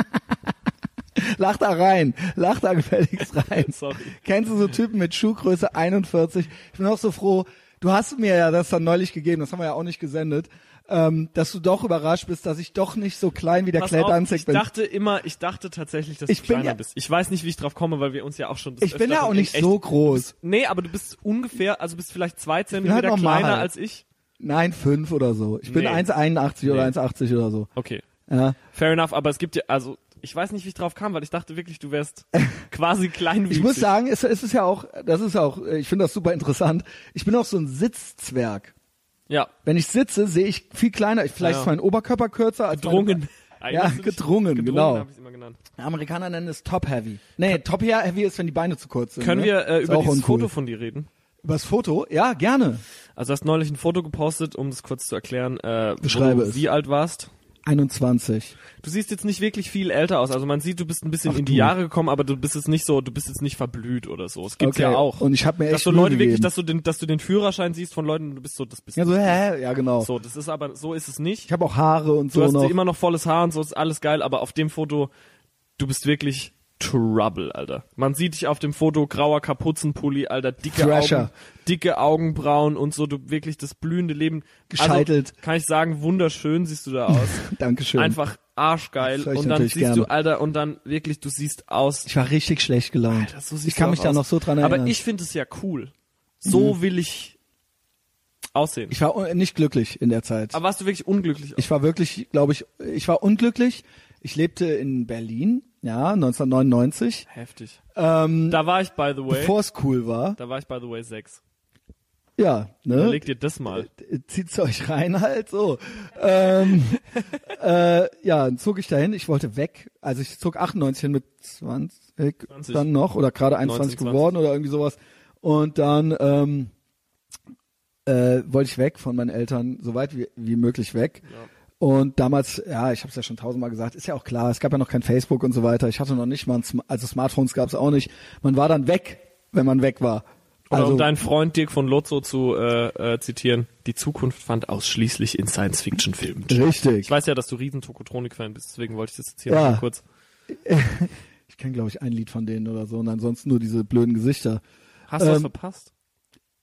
Lach da rein. Lach da gefälligst rein.
Sorry.
Kennst du so Typen mit Schuhgröße 41? Ich bin auch so froh. Du hast mir ja das dann neulich gegeben, das haben wir ja auch nicht gesendet, ähm, dass du doch überrascht bist, dass ich doch nicht so klein wie der
Pass
Kleidanzig
auf, ich
bin.
dachte immer, ich dachte tatsächlich, dass
Ich
du
bin
kleiner
ja-
bist. Ich weiß nicht, wie ich drauf komme, weil wir uns ja auch schon. des
Ich bin
Öfteren
ja auch
in
nicht
echt-
so groß.
Nee, aber du bist ungefähr, also bist vielleicht zwei Zentimeter
halt normal.
kleiner als ich.
Nein, fünf oder so. Ich bin
Nee.
1,81 oder 1,80 oder so.
Okay.
Ja.
Fair enough, aber es gibt ja, also ich weiß nicht, wie ich drauf kam, weil ich dachte wirklich, du wärst quasi klein wie
Ich muss sagen, es, es ist ja auch, das ist ja auch, ich finde das super interessant. Ich bin auch so ein Sitzzwerg.
Ja,
Wenn ich sitze, sehe ich viel kleiner. Ich, vielleicht
Ja.
ist mein Oberkörper kürzer als
gedrungen.
Meine, ja,
Eigentlich-
gedrungen,
Gedrungen
genau.
habe ich immer genannt.
Amerikaner nennen es Top Heavy. Nee, Top Heavy ist, wenn die Beine zu kurz sind.
Können
ne?
wir äh,
Ist
über
auch
dieses
uncool.
Foto von dir reden?
Über das Foto? Ja, gerne.
Also du hast neulich ein Foto gepostet, um das kurz zu erklären, äh,
Beschreibe
wo du
es.
wie alt warst.
21.
Du siehst jetzt nicht wirklich viel älter aus. Also man sieht, du bist ein bisschen
Ach
in die
du.
Jahre gekommen, aber du bist jetzt nicht so, du bist jetzt nicht verblüht oder so. Es gibt's
Okay,
ja auch.
und ich hab mir
dass
echt
so
Mühe
Leute wirklich,
gegeben.
dass du den, dass du den Führerschein siehst von Leuten, und du bist so, das bist
Ja,
du.
so, hä? Ja, genau.
So, das ist aber so ist es nicht.
Ich habe auch Haare und
Du
so
hast
noch.
immer noch volles Haar und so ist alles geil, aber auf dem Foto du bist wirklich Trouble, Alter. Man sieht dich auf dem Foto grauer Kapuzenpulli, Alter, dicke
Thrasher.
Augen, dicke Augenbrauen und so du wirklich das blühende Leben.
Gescheitelt.
Also, kann ich sagen, wunderschön siehst du da aus.
Dankeschön.
Einfach arschgeil
Das höre ich
und dann
natürlich
siehst
gerne.
du, Alter, und dann wirklich du siehst aus.
ich war richtig schlecht gelaunt.
Alter, so siehst
ich kann
du
mich
auch
da
aus.
noch so dran erinnern. Mhm.
Aber ich finde es ja cool. So will ich aussehen.
ich war un- nicht glücklich in der Zeit.
aber warst du wirklich unglücklich?
Ich war wirklich, glaube ich, ich war unglücklich. Ich lebte in Berlin, ja, 1999,
Heftig.
ähm,
Da war ich, by the way.
bevor es cool war.
Da war ich, by the way, sechs.
Ja, ne?
Überleg dir das mal.
Äh, Zieht's euch rein halt so. ähm, äh, ja, dann zog ich dahin. Ich wollte weg. Also ich zog 98 hin mit 20
20.
dann noch oder gerade 21
19,
geworden oder irgendwie sowas. Und dann ähm, äh, wollte ich weg von meinen Eltern, so weit wie, wie möglich weg. Und damals, ja, ich habe es ja schon tausendmal gesagt, ist ja auch klar, es gab ja noch kein Facebook und so weiter. Ich hatte noch nicht mal, ein Sm also Smartphones gab es auch nicht. Man war dann weg, wenn man weg war.
Oder
also
um deinen Freund Dirk von Lotso zu äh, äh, zitieren, die Zukunft fand ausschließlich in Science-Fiction-Filmen. statt.
richtig.
Ich weiß ja, dass du riesen Tokotronik-Fan bist, deswegen wollte ich das jetzt hier
Ja.
mal kurz.
Ich kenne, glaube ich, ein Lied von denen oder so und ansonsten nur diese blöden Gesichter.
Hast du was
Ähm,
verpasst?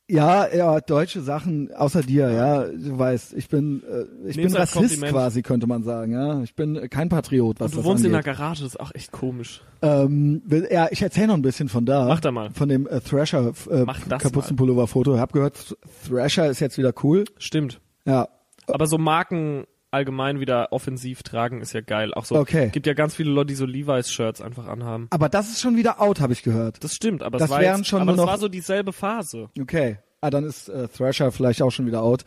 Ja, ja, deutsche Sachen, außer dir, ja, du weißt, ich bin, äh, ich
Nehm's
bin Rassist
als Kompliment.
quasi, könnte man sagen, ja. Ich bin äh, kein Patriot, was
Und du
das
wohnst in einer
angeht.
Garage, das ist auch echt komisch.
Ähm, will- ja, ich erzähle noch ein bisschen von da.
Mach da mal.
Von dem äh, Thrasher äh,
Mach das
Kapuzenpullover-Foto. Hab gehört, Thrasher ist jetzt wieder cool.
Stimmt.
Ja,
Aber so Marken allgemein wieder offensiv tragen ist ja geil. Auch so
Okay.
gibt ja ganz viele Leute, die so Levi's-Shirts einfach anhaben.
aber das ist schon wieder out, habe ich gehört.
Das stimmt, aber
Das
es war
wären
jetzt,
schon
aber
nur
es
noch-
war so dieselbe Phase.
Okay. Ah, dann ist äh, Thrasher vielleicht auch schon wieder out.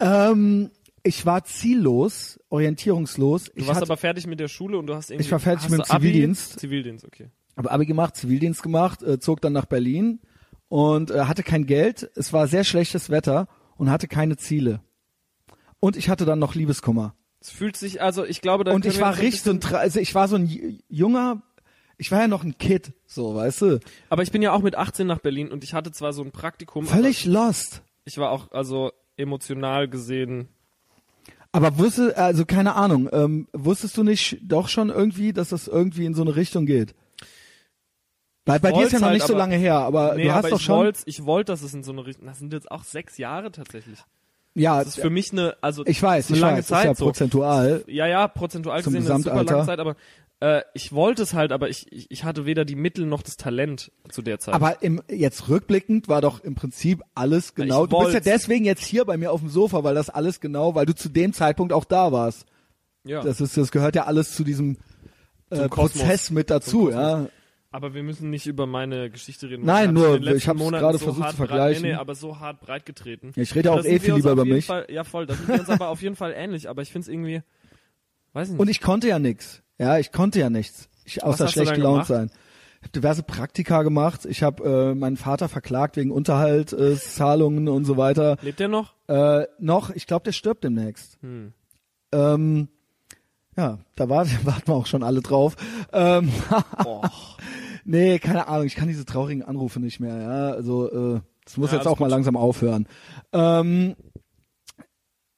Ähm, ich war ziellos, orientierungslos.
Du
ich
warst
hatte,
aber fertig mit der Schule und du hast irgendwie
Ich war fertig
hast
mit
du
dem Zivildienst.
Abi? Zivildienst, okay.
habe Abi gemacht, Zivildienst gemacht, äh, zog dann nach Berlin und äh, hatte kein Geld. Es war sehr schlechtes Wetter und hatte keine Ziele. Und ich hatte dann noch Liebeskummer.
Es fühlt sich also, ich glaube, da
und
können
ich
wir
war
noch ein
richtig so ein,
bisschen-
Tra- also ich war so ein j- junger, ich war ja noch ein Kid, so, weißt du?
Aber ich bin ja auch mit 18 nach Berlin und ich hatte zwar so ein Praktikum,
Völlig lost.
aber ich war auch also emotional gesehen.
Aber wusste, also keine Ahnung, ähm, wusstest du nicht doch schon irgendwie, dass das irgendwie in so eine Richtung geht? Bei, bei dir ist
wollt's
ja noch
halt,
nicht so
aber-
lange her, aber
Nee,
du hast
aber
doch
ich
schon.
wollte, ich wollte, dass es in so eine Richtung. Das sind jetzt auch sechs Jahre tatsächlich.
ja,
Das ist für mich eine, also
ich weiß,
ist eine
ich
lange
weiß,
Zeit
ist ja
so.
prozentual.
Ja, ja, prozentual
Zum
gesehen ist es super lange
Gesamtalter.
Zeit, aber äh, ich wollte es halt, aber ich, ich, ich hatte weder die Mittel noch das Talent zu der Zeit.
Aber im, jetzt rückblickend war doch im Prinzip alles genau.
ich
Du bist ja
wollt's.
deswegen jetzt hier bei mir auf dem Sofa, weil das alles genau, weil du zu dem Zeitpunkt auch da warst.
ja.
Das ist, das gehört ja alles zu diesem äh,
Zum Kosmos.
Prozess mit dazu,
Zum
ja.
Aber wir müssen nicht über meine Geschichte reden.
Nein,
Ich
nur,
in den letzten
ich hab's
Monaten
gerade
so
versucht
hart
zu
breit-
vergleichen.
Nee, nee, aber so hart breit getreten.
Ja, ich rede
Da
auch
sind
eh
wir
viel
uns
lieber
auf
über
jeden
mich.
Fall, ja, voll. Da sind wir uns aber auf jeden Fall ähnlich. Aber ich find's irgendwie, weiß nicht.
Und ich konnte ja nichts. Ja, ich konnte ja nichts. Ich, außer
hast du
schlecht
dann
gelaunt sein.
gemacht?
Ich habe diverse Praktika gemacht. Ich habe äh, meinen Vater verklagt wegen Unterhaltszahlungen äh, Zahlungen und so weiter.
Lebt der noch?
Äh, noch, ich glaube, der stirbt demnächst.
Hm.
Ähm, ja, da wart, warten wir auch schon alle drauf. Ähm, nee, keine Ahnung, ich kann diese traurigen Anrufe nicht mehr. Ja, also äh, das muss
Ja,
jetzt
alles
auch mal langsam aufhören. Ähm,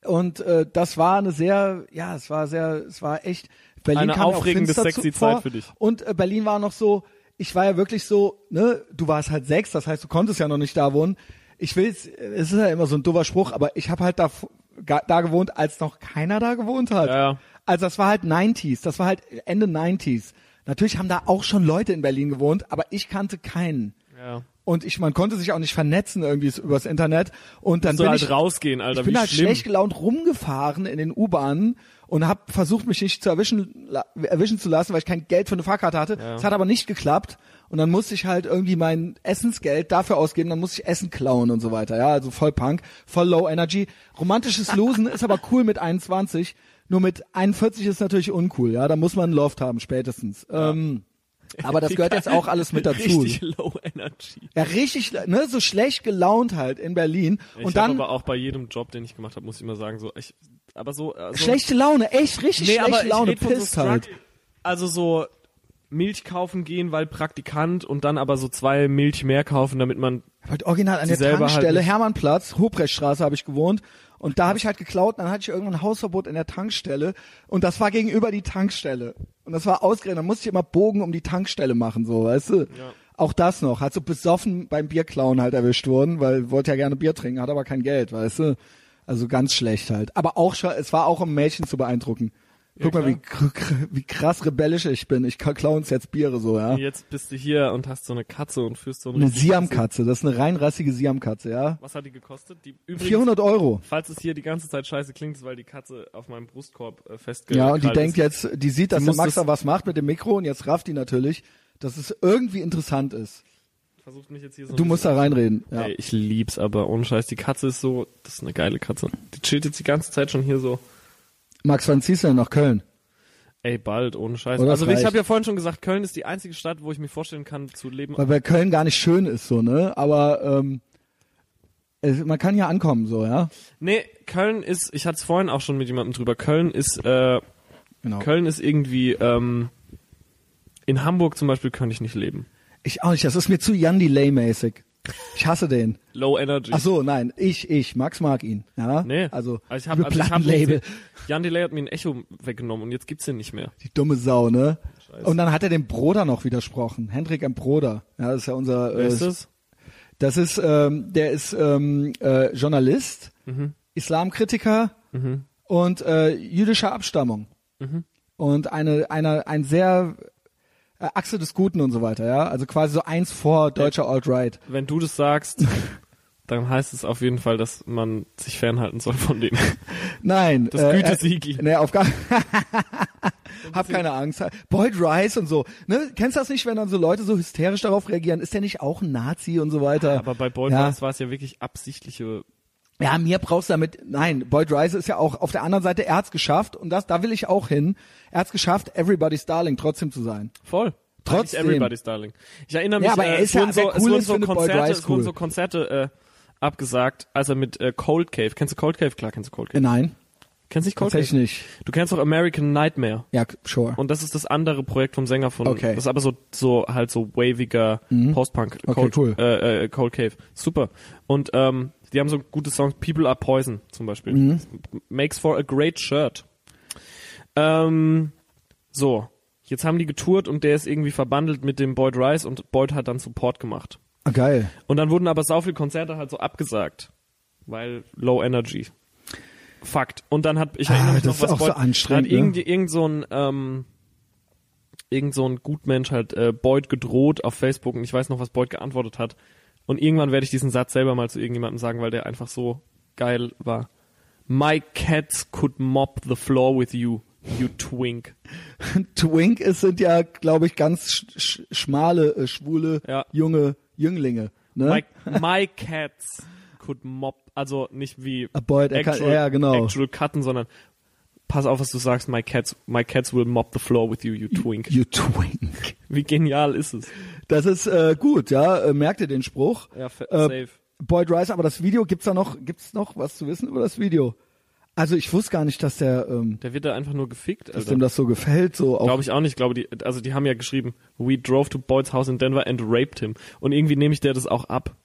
und äh, das war eine sehr, ja, es war sehr, es war echt Berlin
Eine
kam ja auch
aufregende,
finster
sexy
zu- vor.
Zeit für dich.
Und äh, Berlin war noch so, ich war ja wirklich so, ne, du warst halt sechs, das heißt, du konntest ja noch nicht da wohnen. Ich will, es ist ja immer so ein doofer Spruch, aber ich habe halt da, f- ga- da gewohnt, als noch keiner da gewohnt hat.
Ja, ja.
Also das war halt 90s, das war halt Ende 90s. Natürlich haben da auch schon Leute in Berlin gewohnt, aber ich kannte keinen.
Ja.
Und ich, man konnte sich auch nicht vernetzen irgendwie so übers Internet. Und dann
So
bin
halt
ich,
rausgehen, Alter,
ich bin
wie
halt
schlimm.
schlecht gelaunt rumgefahren in den U-Bahnen und habe versucht, mich nicht zu erwischen, la- erwischen zu lassen, weil ich kein Geld für eine Fahrkarte hatte. Es hat aber nicht geklappt. Und dann musste ich halt irgendwie mein Essensgeld dafür ausgeben, dann musste ich Essen klauen und so weiter. Ja, also voll Punk, voll Low Energy. Romantisches Losen ist aber cool mit 21. Nur mit 41 ist natürlich uncool, ja. Da muss man Loft haben, spätestens. Ähm, aber das gehört jetzt auch alles mit dazu.
Richtig low energy.
Ja, richtig, ne, so schlecht gelaunt halt in Berlin.
Ich
und
hab
dann
aber auch bei jedem Job, den ich gemacht habe, muss ich immer sagen, so ich aber so also,
schlechte Laune, echt richtig
nee,
schlechte
aber
Laune,
ich red von
pisst
so
halt.
Struggle. Also so Milch kaufen gehen, weil Praktikant und dann aber so zwei Milch mehr kaufen, damit man
Halt original an
Sie
der
selber halt
Tankstelle,
nicht.
Hermannplatz, Ruprechtstraße habe ich gewohnt. Und da habe ich halt geklaut und dann hatte ich irgendwann ein Hausverbot in der Tankstelle. Und das war gegenüber die Tankstelle. Und das war ausgerechnet, dann musste ich immer Bogen um die Tankstelle machen, so, weißt du? Auch das noch. Hat so besoffen beim Bierklauen halt erwischt worden, weil wollte ja gerne Bier trinken, hat aber kein Geld, weißt du? Also ganz schlecht halt. Aber auch schon, es war auch um Mädchen zu beeindrucken. Guck mal, wie, kr- kr- wie krass rebellisch ich bin. Ich klau uns jetzt Biere so, ja.
jetzt bist du hier und hast so eine Katze und führst so einen
Eine
richtig-
Siamkatze, das ist eine reinrassige Siamkatze, ja.
Was hat die gekostet? Die übrigens
400 Euro.
Falls es hier die ganze Zeit scheiße klingt, ist weil die Katze auf meinem Brustkorb äh, festgekrallt
Ja, und die
ist.
denkt jetzt, die sieht, dass der
muss
Max
das-
da was macht mit dem Mikro und jetzt rafft die natürlich, dass es irgendwie interessant ist.
versucht mich jetzt hier so
Du
ein
musst da reinreden. Ja.
Ey, ich lieb's aber, ohne Scheiß. Die Katze ist so, das ist eine geile Katze. Die chillt jetzt die ganze Zeit schon hier so,
Max, wann ziehst du denn nach Köln?
ey, bald, ohne Scheiß.
Oder
also
es
ich
Oh, reicht.
habe ja vorhin schon gesagt, Köln ist die einzige Stadt, wo ich mir vorstellen kann, zu leben.
Weil bei Köln gar nicht schön ist, so, ne? Aber ähm, es, man kann ja ankommen, so, ja?
Nee, Köln ist, ich hatte es vorhin auch schon mit jemandem drüber, Köln ist, äh,
Genau.
Köln ist irgendwie, ähm, in Hamburg zum Beispiel könnte ich nicht leben.
Ich auch nicht, das ist mir zu Jan Delay-mäßig. Ich hasse den.
Low Energy.
Ach so, nein, ich, ich, Max mag ihn, ja?
nee.
Also,
Aber ich hab,
liebe
also ich hab
Plattenlabel.
Jan Delay hat mir ein Echo weggenommen und jetzt gibt's ihn nicht mehr.
Die dumme Sau, ne? Und dann hat er dem Broder noch widersprochen. Hendrik M. Broder. Ja, das ist ja unser.
Wer
äh,
ist das?
Das ist, ähm, der ist ähm, äh, Journalist, Islamkritiker und äh, jüdischer Abstammung. Und eine, eine, ein sehr äh, Achse des Guten und so weiter, ja. Also quasi so eins vor deutscher Alt-Right.
Wenn du das sagst, dann heißt es auf jeden Fall, dass man sich fernhalten soll von denen.
Nein.
Das Gütesiegel.
Äh, nee, auf gar Hab keine Angst. Boyd Rice und so. Ne? Kennst du das nicht, wenn dann so Leute so hysterisch darauf reagieren? Ist der nicht auch ein Nazi und so weiter?
Aber bei Boyd
ja.
Rice war es ja wirklich absichtliche.
Ja, mir brauchst du damit, nein, Boyd Rice ist ja auch auf der anderen Seite, er hat's geschafft und das, da will ich auch hin. Er hat's geschafft, Everybody's Darling trotzdem zu sein.
Voll.
Trotzdem.
Eigentlich Everybody's Darling. Ich erinnere mich,
Ja, aber
äh,
er ist
es
ja-
wurden so,
wer cool
es wurden
ist,
so
findet Boyd
Konzerte,
Rice
es wurden
cool.
so Konzerte äh, abgesagt, als er mit äh, Cold Cave. Kennst du Cold Cave? Klar, kennst du Cold Cave.
Nein,
Kennst du nicht Cold Cave?
tatsächlich nicht.
Du kennst auch American Nightmare.
Ja, sure.
Und das ist das andere Projekt vom Sänger von.
Okay. Mhm.
Das ist aber so, so halt so waviger Post-Punk.
Okay,
Cold,
cool.
Äh, äh, Cold Cave. Super. Und ähm, die haben so gute Songs. People Are Poison zum Beispiel.
Mhm.
Makes for a great shirt. Ähm, so. Jetzt haben die getourt und der ist irgendwie verbandelt mit dem Boyd Rice und Boyd hat dann Support gemacht.
ah, geil.
Und dann wurden aber sau viele Konzerte halt so abgesagt. Weil Low Energy. Fakt. Und dann hat, ich erinnere
Ah,
mich
das
noch, was
ist auch so
Boyd-
anstrengend, ne?
Hat irgend, irgend so ein, ähm, irgend so ein Gutmensch halt äh, Boyd gedroht auf Facebook und ich weiß noch, was Boyd geantwortet hat. Und irgendwann werde ich diesen Satz selber mal zu irgendjemandem sagen, weil der einfach so geil war. My cats could mop the floor with you, you twink.
Twink ist, sind ja, glaube ich, ganz sch sch schmale, äh, schwule,
Ja.
junge Jünglinge. Ne?
My, my cats could mop, also nicht wie
Avoid, er kann- ja, genau.
actual cutten, sondern pass auf, was du sagst, my cats, my cats will mop the floor with you, you twink.
You Twink.
Wie genial ist es?
Das ist äh, gut, ja, äh, merkt ihr den Spruch.
Ja, fa-
Äh,
safe.
Boyd Rice, aber das Video, gibt's da noch, gibt's noch was zu wissen über das Video? Also ich wusste gar nicht, dass der, ähm,
Der wird da einfach nur gefickt,
dass dem
Alter.
das so gefällt, so auf
Glaube Also ich auch nicht, glaube die, also die haben ja geschrieben, we drove to Boyd's house in Denver and raped him. Und irgendwie nehme ich der das auch ab.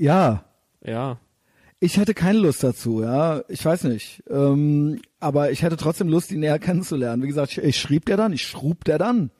Ja.
Ja.
Ich hätte keine Lust dazu, ja. Ich weiß nicht. Ähm, aber ich hätte trotzdem Lust, ihn näher kennenzulernen. Wie gesagt, ich, ich schrieb der dann, ich schrub der dann.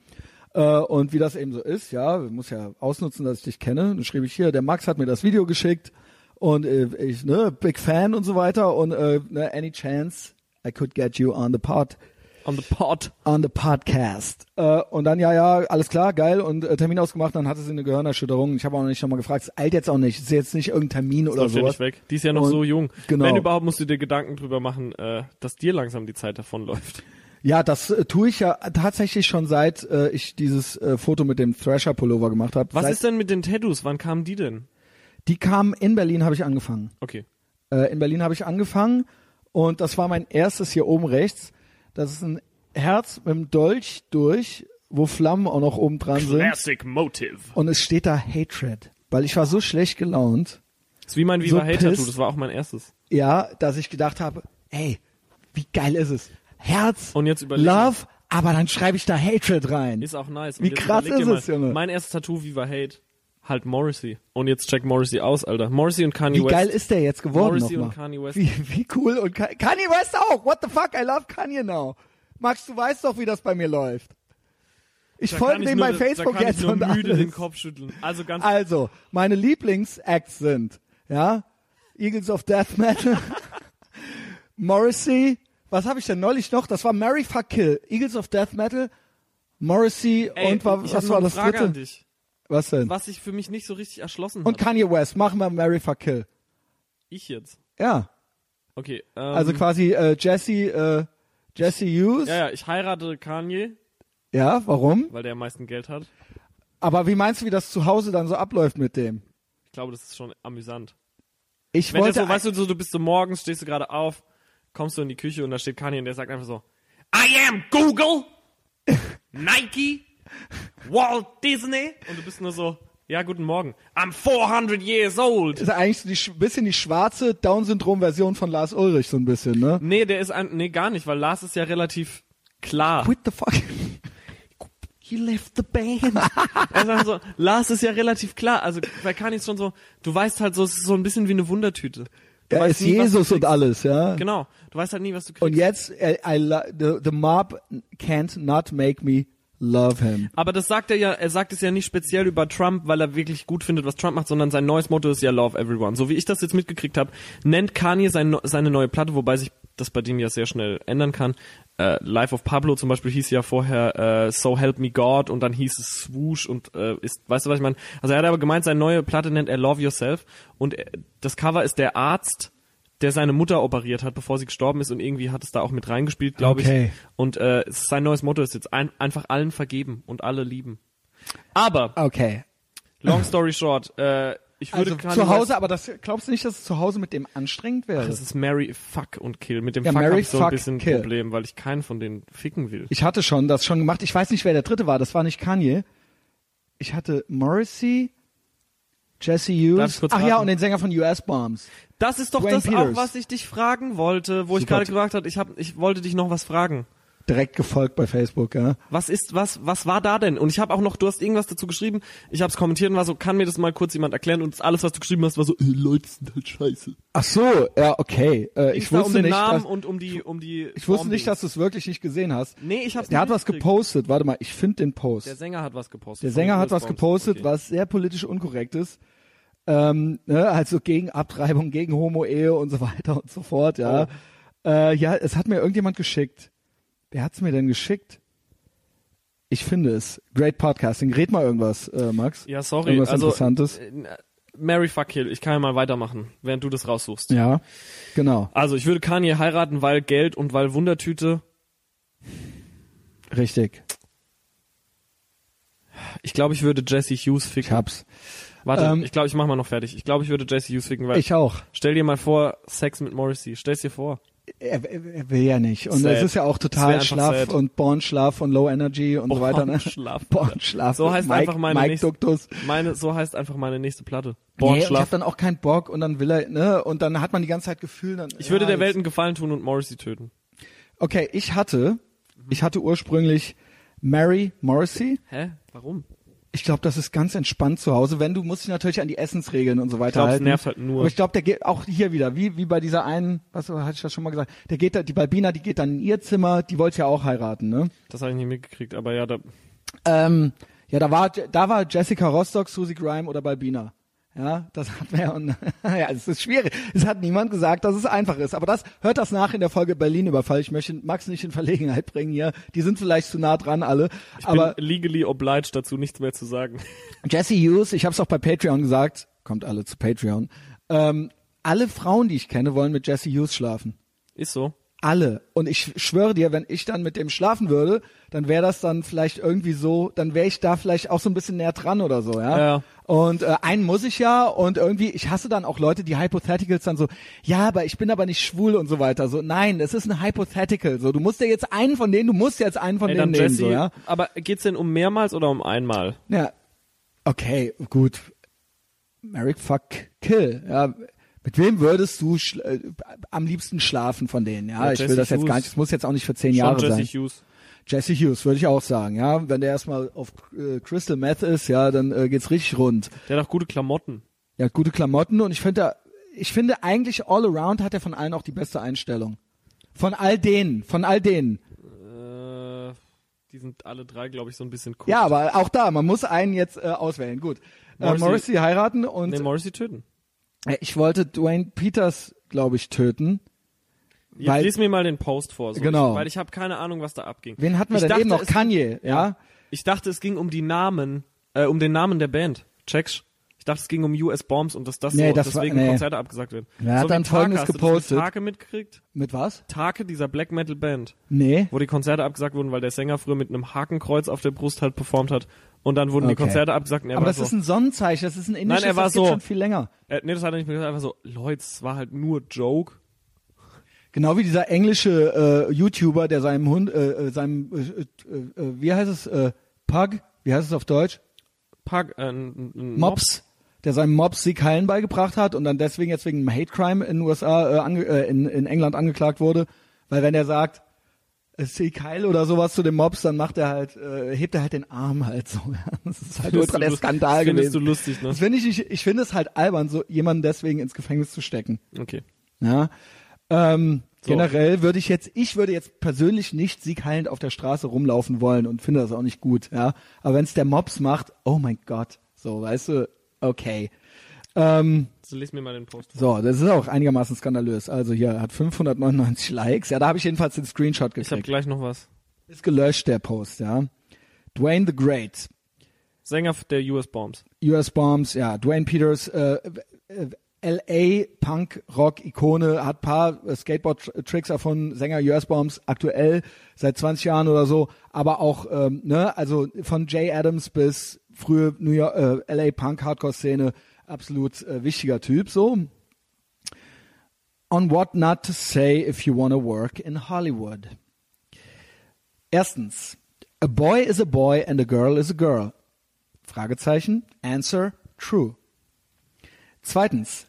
Äh, und wie das eben so ist, ja, muss ja ausnutzen, dass ich dich kenne. Dann schrieb ich hier, der Max hat mir das Video geschickt und äh, ich, ne, Big Fan und so weiter und äh, ne, any chance I could get you on the pod
On the pot.
on the podcast. Äh, und dann, ja, ja, alles klar, geil. Und äh, Termin ausgemacht, dann hatte sie eine Gehirnerschütterung. Ich habe auch noch nicht nochmal gefragt. Es eilt jetzt auch nicht. Es ist jetzt nicht irgendein Termin oder
Läuft ja
sowas.
nicht weg. Die ist ja noch
Und-
so jung.
Genau.
Wenn überhaupt musst du dir Gedanken drüber machen, äh, dass dir langsam die Zeit davonläuft.
Ja, das äh, tue ich ja tatsächlich schon seit äh, ich dieses äh, Foto mit dem Thrasher-Pullover gemacht habe.
Was
seit,
ist denn mit den Tattoos? Wann kamen die denn?
Die kamen in Berlin, habe ich angefangen.
Okay.
Äh, in Berlin habe ich angefangen und das war mein erstes hier oben rechts. Das ist ein Herz mit einem Dolch durch, wo Flammen auch noch oben dran sind.
Classic Motive.
Und es steht da Hatred, weil ich war so schlecht gelaunt.
Das ist wie mein Viva
So
Hate Tattoo,
pissed.
das war auch mein erstes.
ja, dass ich gedacht habe, ey, wie geil ist es? Herz,
Und jetzt überleg mal.
Love, aber dann schreibe ich da Hatred rein.
Ist auch nice.
Wie
jetzt
krass
überleg dir
ist es,
mal,
Junge?
Mein erstes Tattoo, Viva Hate, halt Morrissey. Und jetzt check Morrissey aus, Alter. Morrissey und Kanye
wie
West.
geil ist der jetzt geworden
Morrissey
nochmal?
und Kanye West.
Wie, wie cool und Ka- Kanye West auch. What the fuck, I love Kanye now. Max, du weißt doch, wie das bei mir läuft. Ich
Da kann
folge
ich
dem
nur-
bei Facebook
da kann
jetzt
ich nur
und
müde
alles.
den Kopf schütteln. Also ganz
Also, meine Lieblingsacts sind, ja, Eagles of Death Metal, Morrissey, was habe ich denn neulich noch? Das war Mary Fuck Kill, Eagles of Death Metal, Morrissey
Ey,
und wa-
ich hab
was
noch
war
eine
das
Frage An
dritte?
dich,
Was denn?
was ich für mich nicht so richtig erschlossen
Und
hat.
Kanye West, machen wir Mary Fuck Kill.
Ich jetzt.
Ja,
Okay. Ähm,
also quasi äh, Jesse, äh, Jesse Hughes.
ja, ja, ich heirate Kanye,
ja, warum?
weil der am meisten Geld hat.
Aber wie meinst du, wie das zu Hause dann so abläuft mit dem?
Ich glaube, das ist schon amüsant.
Ich
Wenn der
wollte
so, weißt du, so, du bist so morgens, stehst du gerade auf, kommst du in die Küche und da steht Kanye und der sagt einfach so, I am Google, Nike, Walt Disney. Und du bist nur so, ja, guten Morgen. I'm 400 years old.
ist eigentlich so die, sch- bisschen die schwarze Down-Syndrom-Version von Lars Ulrich so ein bisschen, ne?
Nee, der ist ein, nee, gar nicht, weil Lars ist ja relativ klar.
Quit the fuck.
He left the band. also, also, Lars ist ja relativ klar. Also bei Kanye ist schon so, du weißt halt so, es ist so ein bisschen wie eine Wundertüte. Du
Er
weißt
ist
nie, was du
Jesus und
kriegst.
alles, ja.
Genau. Du weißt halt nie, was du kriegst.
Und jetzt, äh, I lo- the, the mob can't not make me love him.
Aber das sagt er ja, er sagt es ja nicht speziell über Trump, weil er wirklich gut findet, was Trump macht, sondern sein neues Motto ist ja Love Everyone. So wie ich das jetzt mitgekriegt habe, nennt Kanye sein, neu- seine neue Platte, wobei sich das bei dem ja sehr schnell ändern kann. Äh, Life of Pablo zum Beispiel hieß ja vorher äh, So Help Me God und dann hieß es Swoosh und äh, ist, weißt du, was ich meine? Also er hat aber gemeint, seine neue Platte nennt er Love Yourself und äh, das Cover ist der Arzt, der seine Mutter operiert hat, bevor sie gestorben ist und irgendwie hat es da auch mit reingespielt, glaube
Okay.
ich. Und äh, es ist sein neues Motto ist jetzt ein, einfach allen vergeben und alle lieben. Aber
Okay.
long story short, äh, ich würde
Also
Kanye
zu Hause,
West-
aber das glaubst du nicht, dass es zu Hause mit dem anstrengend wäre?
das ist Mary Fuck und Kill. Mit dem
Ja,
Fuck habe
Marry,
ich so ein
Fuck,
bisschen
Kill.
ein Problem, weil ich keinen von denen ficken will.
ich hatte schon das schon gemacht. Ich weiß nicht, wer der dritte war. Das war nicht Kanye. Ich hatte Morrissey, Jesse
Darf
Hughes.
ich kurz
Ach ja,
raten?
und den Sänger von US Bombs.
Das ist doch
Dwayne
das auch,
Peters.
was ich dich fragen wollte, wo ich
Super.
gerade gesagt habe, ich hab, ich wollte dich noch was fragen.
Direkt gefolgt bei Facebook, ja.
Was ist, was, was war da denn? Und ich habe auch noch, du hast irgendwas dazu geschrieben, ich habe es kommentiert und war so, kann mir das mal kurz jemand erklären? Und alles, was du geschrieben hast, war so, äh, Leute sind halt scheiße.
Ach so, ja, okay. Äh, ich
Ging's da
wusste
um den
nicht,
Namen
dass,
und um die, um die.
ich wusste nicht, dass du es wirklich nicht gesehen hast.
Nee, ich hab's
Der
nicht
hat was
mitgekriegt.
gepostet. Warte mal, ich finde den Post.
Der Sänger hat was gepostet.
Der
von
Sänger hat
US
was
Bombs.
gepostet,
Okay.
was sehr politisch unkorrekt ist. Ähm, ne, also gegen Abtreibung, gegen Homo-Ehe und so weiter und so fort, ja.
Oh.
Äh, ja, es hat mir irgendjemand geschickt. Wer hat's mir denn geschickt? Ich finde es. Great Podcasting. Red mal irgendwas, äh, Max.
Ja, sorry.
Irgendwas
also,
Interessantes.
äh, Mary Fuck Kill, ich kann ja mal weitermachen, während du das raussuchst.
Ja, genau.
Also, ich würde Kanye heiraten, weil Geld und weil Wundertüte.
Richtig.
Ich glaube, ich würde Jesse Hughes
Ich
ficken.
hab's.
Warte,
Ähm,
ich glaube, ich mach mal noch fertig. Ich glaube, ich würde Jesse Hughes ficken, weil.
Ich auch.
Stell dir mal vor, Sex mit Morrissey. Stell's dir vor.
Er, er, er will ja nicht. Und
Sad.
es ist ja auch
Es wär
total
einfach
schlaff
sad.
und Born-Schlaff und Low Energy und so weiter. Ne?
Born-Schlaff.
Born-Schlaff.
So heißt
Mike,
einfach meine
Mike
nächste-
Duktus.
Meine, so heißt einfach meine nächste Platte.
nee, und ich hab
Bornschlaf.
dann auch keinen Bock und dann will er, ne, und dann hat man die ganze Zeit Gefühl, dann.
ich würde
ja,
der Welt einen Gefallen tun und Morrissey töten.
jetzt- Okay, ich hatte, ich hatte ursprünglich Mary Morrissey,
Hä? Warum?
Ich glaube, das ist ganz entspannt zu Hause. Wenn du musst dich natürlich an die Essensregeln und so weiter
Ich glaube, es
halten.
nervt halt nur.
Aber ich glaube, der geht auch hier wieder, wie wie bei dieser einen, was hatte ich das schon mal gesagt? Der geht da, die Balbina, die geht dann in ihr Zimmer. Die wollte ja auch heiraten, ne?
Das habe ich nicht mitgekriegt, aber ja, da,
Ähm, ja, da war da war Jessica Rostock, Susie Grime oder Balbina. Ja, das hat mir und ja, es ist schwierig. Es hat niemand gesagt, dass es einfach ist. Aber das hört das nach in der Folge Berlin Überfall. Ich möchte Max nicht in Verlegenheit bringen hier. Die sind vielleicht zu nah dran alle.
ich
aber
bin legally obliged dazu, nichts mehr zu sagen.
Jesse Hughes, ich habe es auch bei Patreon gesagt, kommt alle zu Patreon. Ähm, alle Frauen, die ich kenne, wollen mit Jesse Hughes schlafen.
Ist so.
Alle. Und ich schwöre dir, wenn ich dann mit dem schlafen würde, dann wäre das dann vielleicht irgendwie so, dann wäre ich da vielleicht auch so ein bisschen näher dran oder so, ja.
Ja.
Und äh, einen muss ich ja und irgendwie, ich hasse dann auch Leute, die Hypotheticals dann so, ja, aber ich bin aber nicht schwul und so weiter. So, nein, es ist ein Hypothetical. So, du musst dir jetzt einen von denen, du musst jetzt einen von
Ey,
denen
dann
nehmen,
Jesse,
so, ja.
aber geht's denn um mehrmals oder um einmal?
Ja. Okay, gut. Marry, fuck, kill. Ja. Mit wem würdest du schl- äh, am liebsten schlafen von denen? Ja,
Ja,
ich will
Jesse
das jetzt
Hughes.
gar nicht. Das muss jetzt auch nicht für zehn
Schon
Jahre
Jesse
sein.
Hughes.
Jesse Hughes würde ich auch sagen. Ja, wenn der erstmal auf äh, Crystal Meth ist, ja, dann äh, geht's richtig rund.
Der hat auch gute Klamotten.
Er hat gute Klamotten und ich finde, ich finde eigentlich all around hat er von allen auch die beste Einstellung. Von all denen, von all denen.
Äh, die sind alle drei, glaube ich, so ein bisschen cool.
Ja, aber auch da, man muss einen jetzt äh, auswählen. Gut. Morrissey,
Morrissey-
äh, Morrissey heiraten und
Nee, Morrissey töten.
Äh, Ich wollte Dwayne Peters, glaube ich, töten.
Jetzt
Weil-
lies mir mal den Post vor. So.
Genau.
Ich, weil ich habe keine Ahnung, was da abging.
Wen hatten wir
ich
denn
dachte,
eben noch?
es-
Kanye, ja?
Ich dachte, es ging um die Namen, äh, um den Namen der Band. Checkst? Ich dachte, es ging um US Bombs und dass das
Nee,
so
das war-
deswegen
nee.
Konzerte abgesagt werden.
Er hat
so wie
dann
Tarke,
Folgendes
hast du das
gepostet.
mit Tarke mitgekriegt?
Mit was?
Tarke, dieser Black Metal Band,
Nee.
wo die Konzerte abgesagt wurden, weil der Sänger früher mit einem Hakenkreuz auf der Brust halt performt hat. Und dann wurden die
Okay.
Konzerte abgesagt. Und er
Aber
war
das
so,
ist ein Sonnenzeichen, das ist ein indisches,
er war
das gibt's
so.
schon viel länger.
äh, nee, das hat er nicht mehr gesagt. Einfach so, Leute, es war halt nur Joke.
Genau wie dieser englische äh, YouTuber, der seinem Hund, äh, äh, seinem, äh, äh, äh, wie heißt es, äh, Pug, wie heißt es auf Deutsch?
Park, äh, n- n-
Mops, der seinem Mops Sieg Heilen beigebracht hat und dann deswegen jetzt wegen einem Hate Crime in den USA, äh, ange äh, in, in England angeklagt wurde, weil wenn er sagt, äh, Sieg Heil oder sowas zu dem Mops, dann macht er halt, äh, hebt er halt den Arm halt so. Ja. Das ist halt
Findest
ultra der
du lust-
Skandal
findest
gewesen.
du lustig, ne?
Das finde ich, nicht- ich finde es halt albern, so jemanden deswegen ins Gefängnis zu stecken.
Okay.
Ja. Ähm,
So.
Generell würde ich jetzt, ich würde jetzt persönlich nicht siegheilend auf der Straße rumlaufen wollen und finde das auch nicht gut, ja. Aber wenn es der Mops macht, oh mein Gott, so, weißt du, okay. Ähm,
So, lies mir mal den Post. vor.
so, das ist auch einigermaßen skandalös. Also hier hat 599 Likes. Ja, da habe ich jedenfalls den Screenshot
Ich habe
gekriegt.
gleich noch was.
Ist gelöscht, der Post, ja. Dwayne the Great.
Sänger der US Bombs.
US Bombs, ja, Dwayne Peters, äh, äh, LA Punk Rock Ikone, hat paar äh, Skateboard Tricks erfunden, Sänger US Bombs aktuell seit 20 Jahren oder so, aber auch ähm, ne, also von Jay Adams bis frühe New York, äh, LA Punk Hardcore Szene absolut äh, wichtiger Typ so. On what not to say if you wanna work in Hollywood. Erstens, a boy is a boy and a girl is a girl. Fragezeichen. Answer true. Zweitens.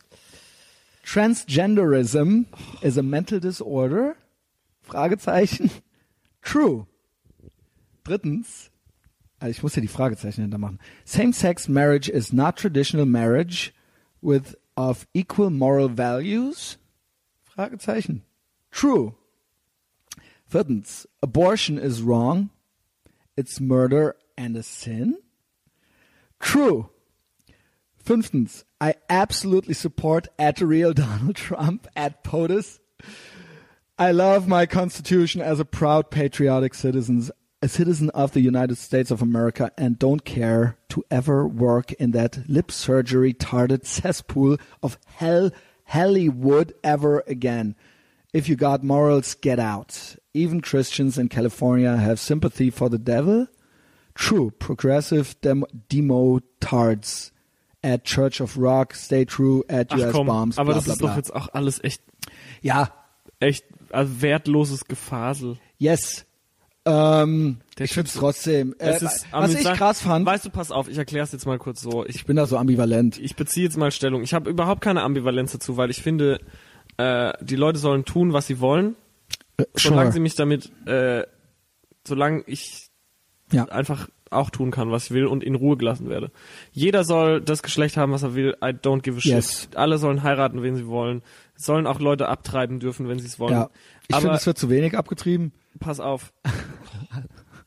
Transgenderism is a mental disorder? Fragezeichen. True. Drittens. Also ich muss hier die Fragezeichen hinter machen. Same-sex marriage is not traditional marriage with of equal moral values? Fragezeichen. True. Viertens. Abortion is wrong. It's murder and a sin? True. Fünftens, I absolutely support at real Donald Trump at POTUS. I love my constitution as a proud patriotic citizen, a citizen of the United States of America and don't care to ever work in that lip surgery tarded cesspool of hell Hollywood ever again. If you got morals, get out. Even Christians in California have sympathy for the devil. True. Progressive dem Demo Tards at Church of Rock. Stay true at US Bombs.
aber
bla,
das
bla,
ist
bla.
doch jetzt auch alles echt,
Ja.
echt also wertloses Gefasel.
Yes. Ähm,
Der
ich find's
Typ-
trotzdem. Äh,
Es ist
was ich
amüsant.
krass fand,
Weißt du, pass auf, ich erkläre es jetzt mal kurz so. Ich,
ich bin da so ambivalent.
ich beziehe jetzt mal Stellung. Ich habe überhaupt keine Ambivalenz dazu, weil ich finde, äh, die Leute sollen tun, was sie wollen,
Äh,
solange
sure.
sie mich damit, äh, solange ich
ja.
einfach auch tun kann, was ich will und in Ruhe gelassen werde. Jeder soll das Geschlecht haben, was er will. I don't give a shit.
Yes.
Alle sollen heiraten, wen sie wollen. Sollen auch Leute abtreiben dürfen, wenn sie es wollen.
Ja. Ich finde,
Aber
es wird zu wenig abgetrieben.
pass auf.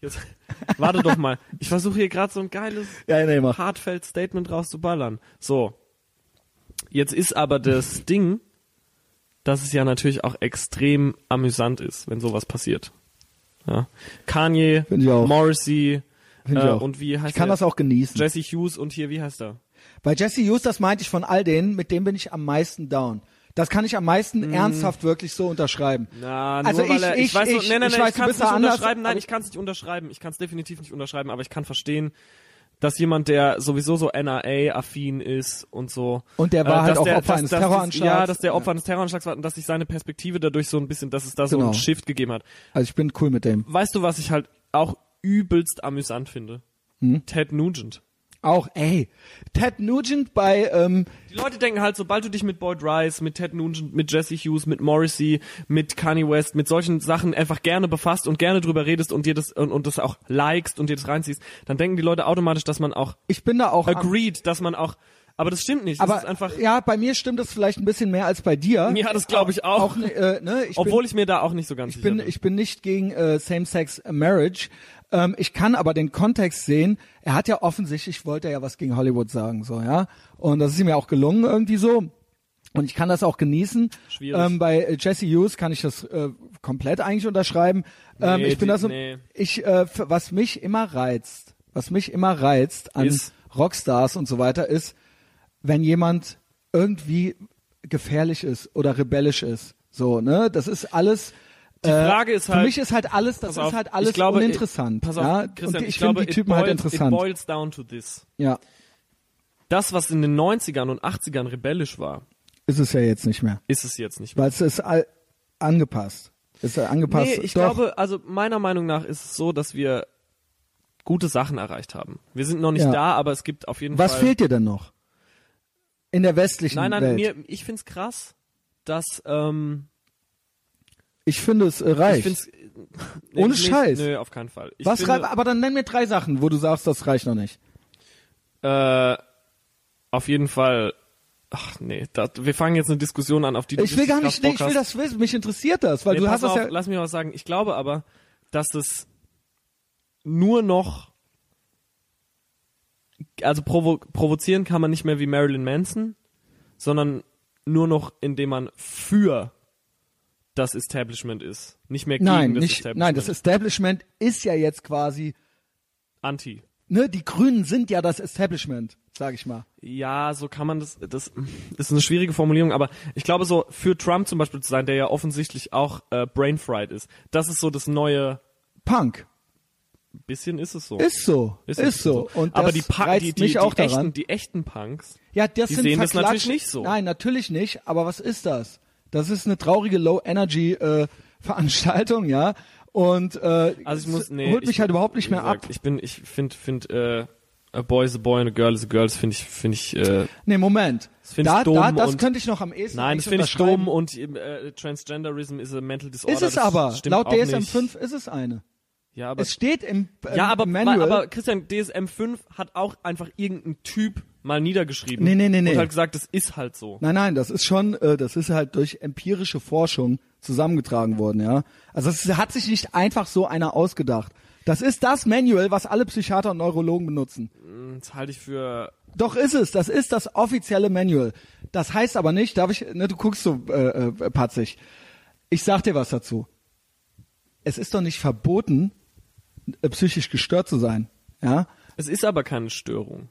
Jetzt, warte doch mal. Ich versuche hier gerade so ein geiles
Ja, nee, mach.
heartfelt Statement rauszuballern. So. Jetzt ist aber das Ding, dass es ja natürlich auch extrem amüsant ist, wenn sowas passiert. Ja. Kanye,
Find ich auch.
Morrissey
Find ich
äh,
auch.
und wie heißt
Ich kann
der?
das auch genießen.
Jesse Hughes und hier, wie heißt er?
Bei Jesse Hughes, das meinte ich von all denen, mit dem bin ich am meisten down. Das kann ich am meisten
Mhm.
ernsthaft wirklich so unterschreiben.
Na, nur
Also
weil
ich-
er,
ich-
weiß,
ich-
noch- nein, nein,
ich
nein,
weiß,
ich
du
kann es
bist
nicht
da anders,
unterschreiben, nein,
aber-
ich kann es nicht unterschreiben, ich kann es definitiv nicht unterschreiben, aber ich kann verstehen, dass jemand, der sowieso so NRA-affin ist und so. äh,
Und der war halt
dass
auch
der-
Opfer
dass-
eines
dass dies-
Terroranschlags.
Ja, dass der Opfer
Ja.
eines Terroranschlags war und dass sich seine Perspektive dadurch so ein bisschen, dass es da so
Genau.
einen Shift gegeben hat.
Also ich bin cool mit dem.
Weißt du, was ich halt auch übelst amüsant finde?
Hm?
Ted Nugent.
Auch, ey, Ted Nugent bei, ähm,
Die Leute denken halt, sobald du dich mit Boyd Rice, mit Ted Nugent, mit Jesse Hughes, mit Morrissey, mit Kanye West, mit solchen Sachen einfach gerne befasst und gerne drüber redest und dir das und, und das auch likest und dir das reinziehst, dann denken die Leute automatisch, dass man auch
ich bin da auch am-
agreed, dass man auch. Aber das stimmt nicht.
aber
das ist einfach.
ja, bei mir stimmt das vielleicht ein bisschen mehr als bei dir.
Ja, das glaube ich auch.
auch ne, äh, ne, ich
obwohl ich mir da auch nicht so ganz
Ich
sicher
bin, ich bin nicht gegen äh, Same-Sex-Marriage. Ähm, ich kann aber den Kontext sehen. Er hat ja offensichtlich, wollte er ja was gegen Hollywood sagen, so, ja. Und das ist ihm ja auch gelungen irgendwie so. Und ich kann das auch genießen.
Schwierig.
Ähm, bei äh, Jesse Hughes kann ich das äh, komplett eigentlich unterschreiben. Ähm,
Nee,
ich bin
die-
da so,
nee.
ich, äh, f- was mich immer reizt, was mich immer reizt an
Ist-
Rockstars und so weiter ist, wenn jemand irgendwie gefährlich ist oder rebellisch ist. So, ne? Das ist alles. Die
Frage
äh,
ist
für
halt-
mich ist halt alles, das
Pass
ist
auf,
halt alles
ich glaube,
uninteressant.
Pass auf,
ja?
Christian,
Und
ich
ich
glaube,
finde die Typen
it boils,
halt
It
interessant.
boils down to this.
Ja,
Das, was in den 90ern und 80ern rebellisch war,
ist es ja jetzt nicht mehr.
ist es jetzt nicht mehr.
Weil es ist all angepasst. Es Ist äh, angepasst.
Nee, ich
Doch.
glaube, also meiner Meinung nach ist es so, dass wir gute Sachen erreicht haben. Wir sind noch nicht
Ja.
da, aber es gibt auf jeden
Was
Fall.
fehlt dir denn noch? In der westlichen
Nein, nein,
Welt.
mir, ich find's krass, dass ähm,
ich finde es äh,
ich
reicht.
find's
Ohne
nicht-
Scheiß.
Nö, auf keinen Fall. Ich
Was
finde,
rei- aber dann nenn mir drei Sachen, wo du sagst, das reicht noch nicht.
äh, auf jeden Fall. Ach nee, das, wir fangen jetzt eine Diskussion an, auf die du
Ich will
richtig
gar
krass
nicht, nee,
Bock
ich will
hast.
das wissen. Mich interessiert das, weil
Nee,
du
pass
hast das
auf,
ja.
Lass mich was sagen. Ich glaube aber, dass es nur noch also provo provozieren kann man nicht mehr wie Marilyn Manson, sondern nur noch indem man für das Establishment ist, nicht mehr gegen
Nein,
das
nicht,
Establishment.
nein, das Establishment ist ja jetzt quasi,
anti.
ne, die Grünen sind ja das Establishment, sag ich mal.
Ja, so kann man das, das ist eine schwierige Formulierung, aber ich glaube so, für Trump zum Beispiel zu sein, der ja offensichtlich auch äh, brain fried ist, das ist so das neue,
Punk.
bisschen ist es so.
Ist so. Ist,
Ist, es
so. Und das
aber die, Punk-
reizt
die, die,
mich
die,
auch
echten,
daran.
die echten Punks,
ja, das
die
sind
sehen das natürlich
verklatscht-
nicht so.
Nein, natürlich nicht. Aber was ist das? Das ist eine traurige Low-Energy-Veranstaltung, ja. Und äh,
also ich
es
muss, nee,
holt mich
ich,
halt überhaupt nicht
wie
mehr ab.
gesagt, Ich bin, ich finde, finde, äh, a boy is a boy and a girl is a girl, das finde ich, finde ich, äh,
Nee, Moment.
Das find ich
Da, da,
dumm
das
und-
könnte ich noch am ehesten
nein, das
eigentlich
finde ich
unterschreiben.
dumm und äh, Transgenderism is a mental disorder.
Ist es
das
aber.
stimmt
Laut
auch
DSM
nicht.
5 ist es eine.
Ja, aber
Es steht im äh,
Ja, aber,
Manual.
aber Christian, DSM 5 hat auch einfach irgendein Typ mal niedergeschrieben.
Nee, nee, nee, nee.
Und halt gesagt, das ist halt so.
Nein, nein, das ist schon, äh, das ist halt durch empirische Forschung zusammengetragen worden, ja. Also es hat sich nicht einfach so einer ausgedacht. Das ist das Manual, was alle Psychiater und Neurologen benutzen.
Das halte ich für.
Doch ist es, das ist das offizielle Manual. Das heißt aber nicht, darf ich, ne, du guckst so äh, äh, patzig. Ich sag dir was dazu. Es ist doch nicht verboten, äh, psychisch gestört zu sein, ja.
Es ist aber keine Störung.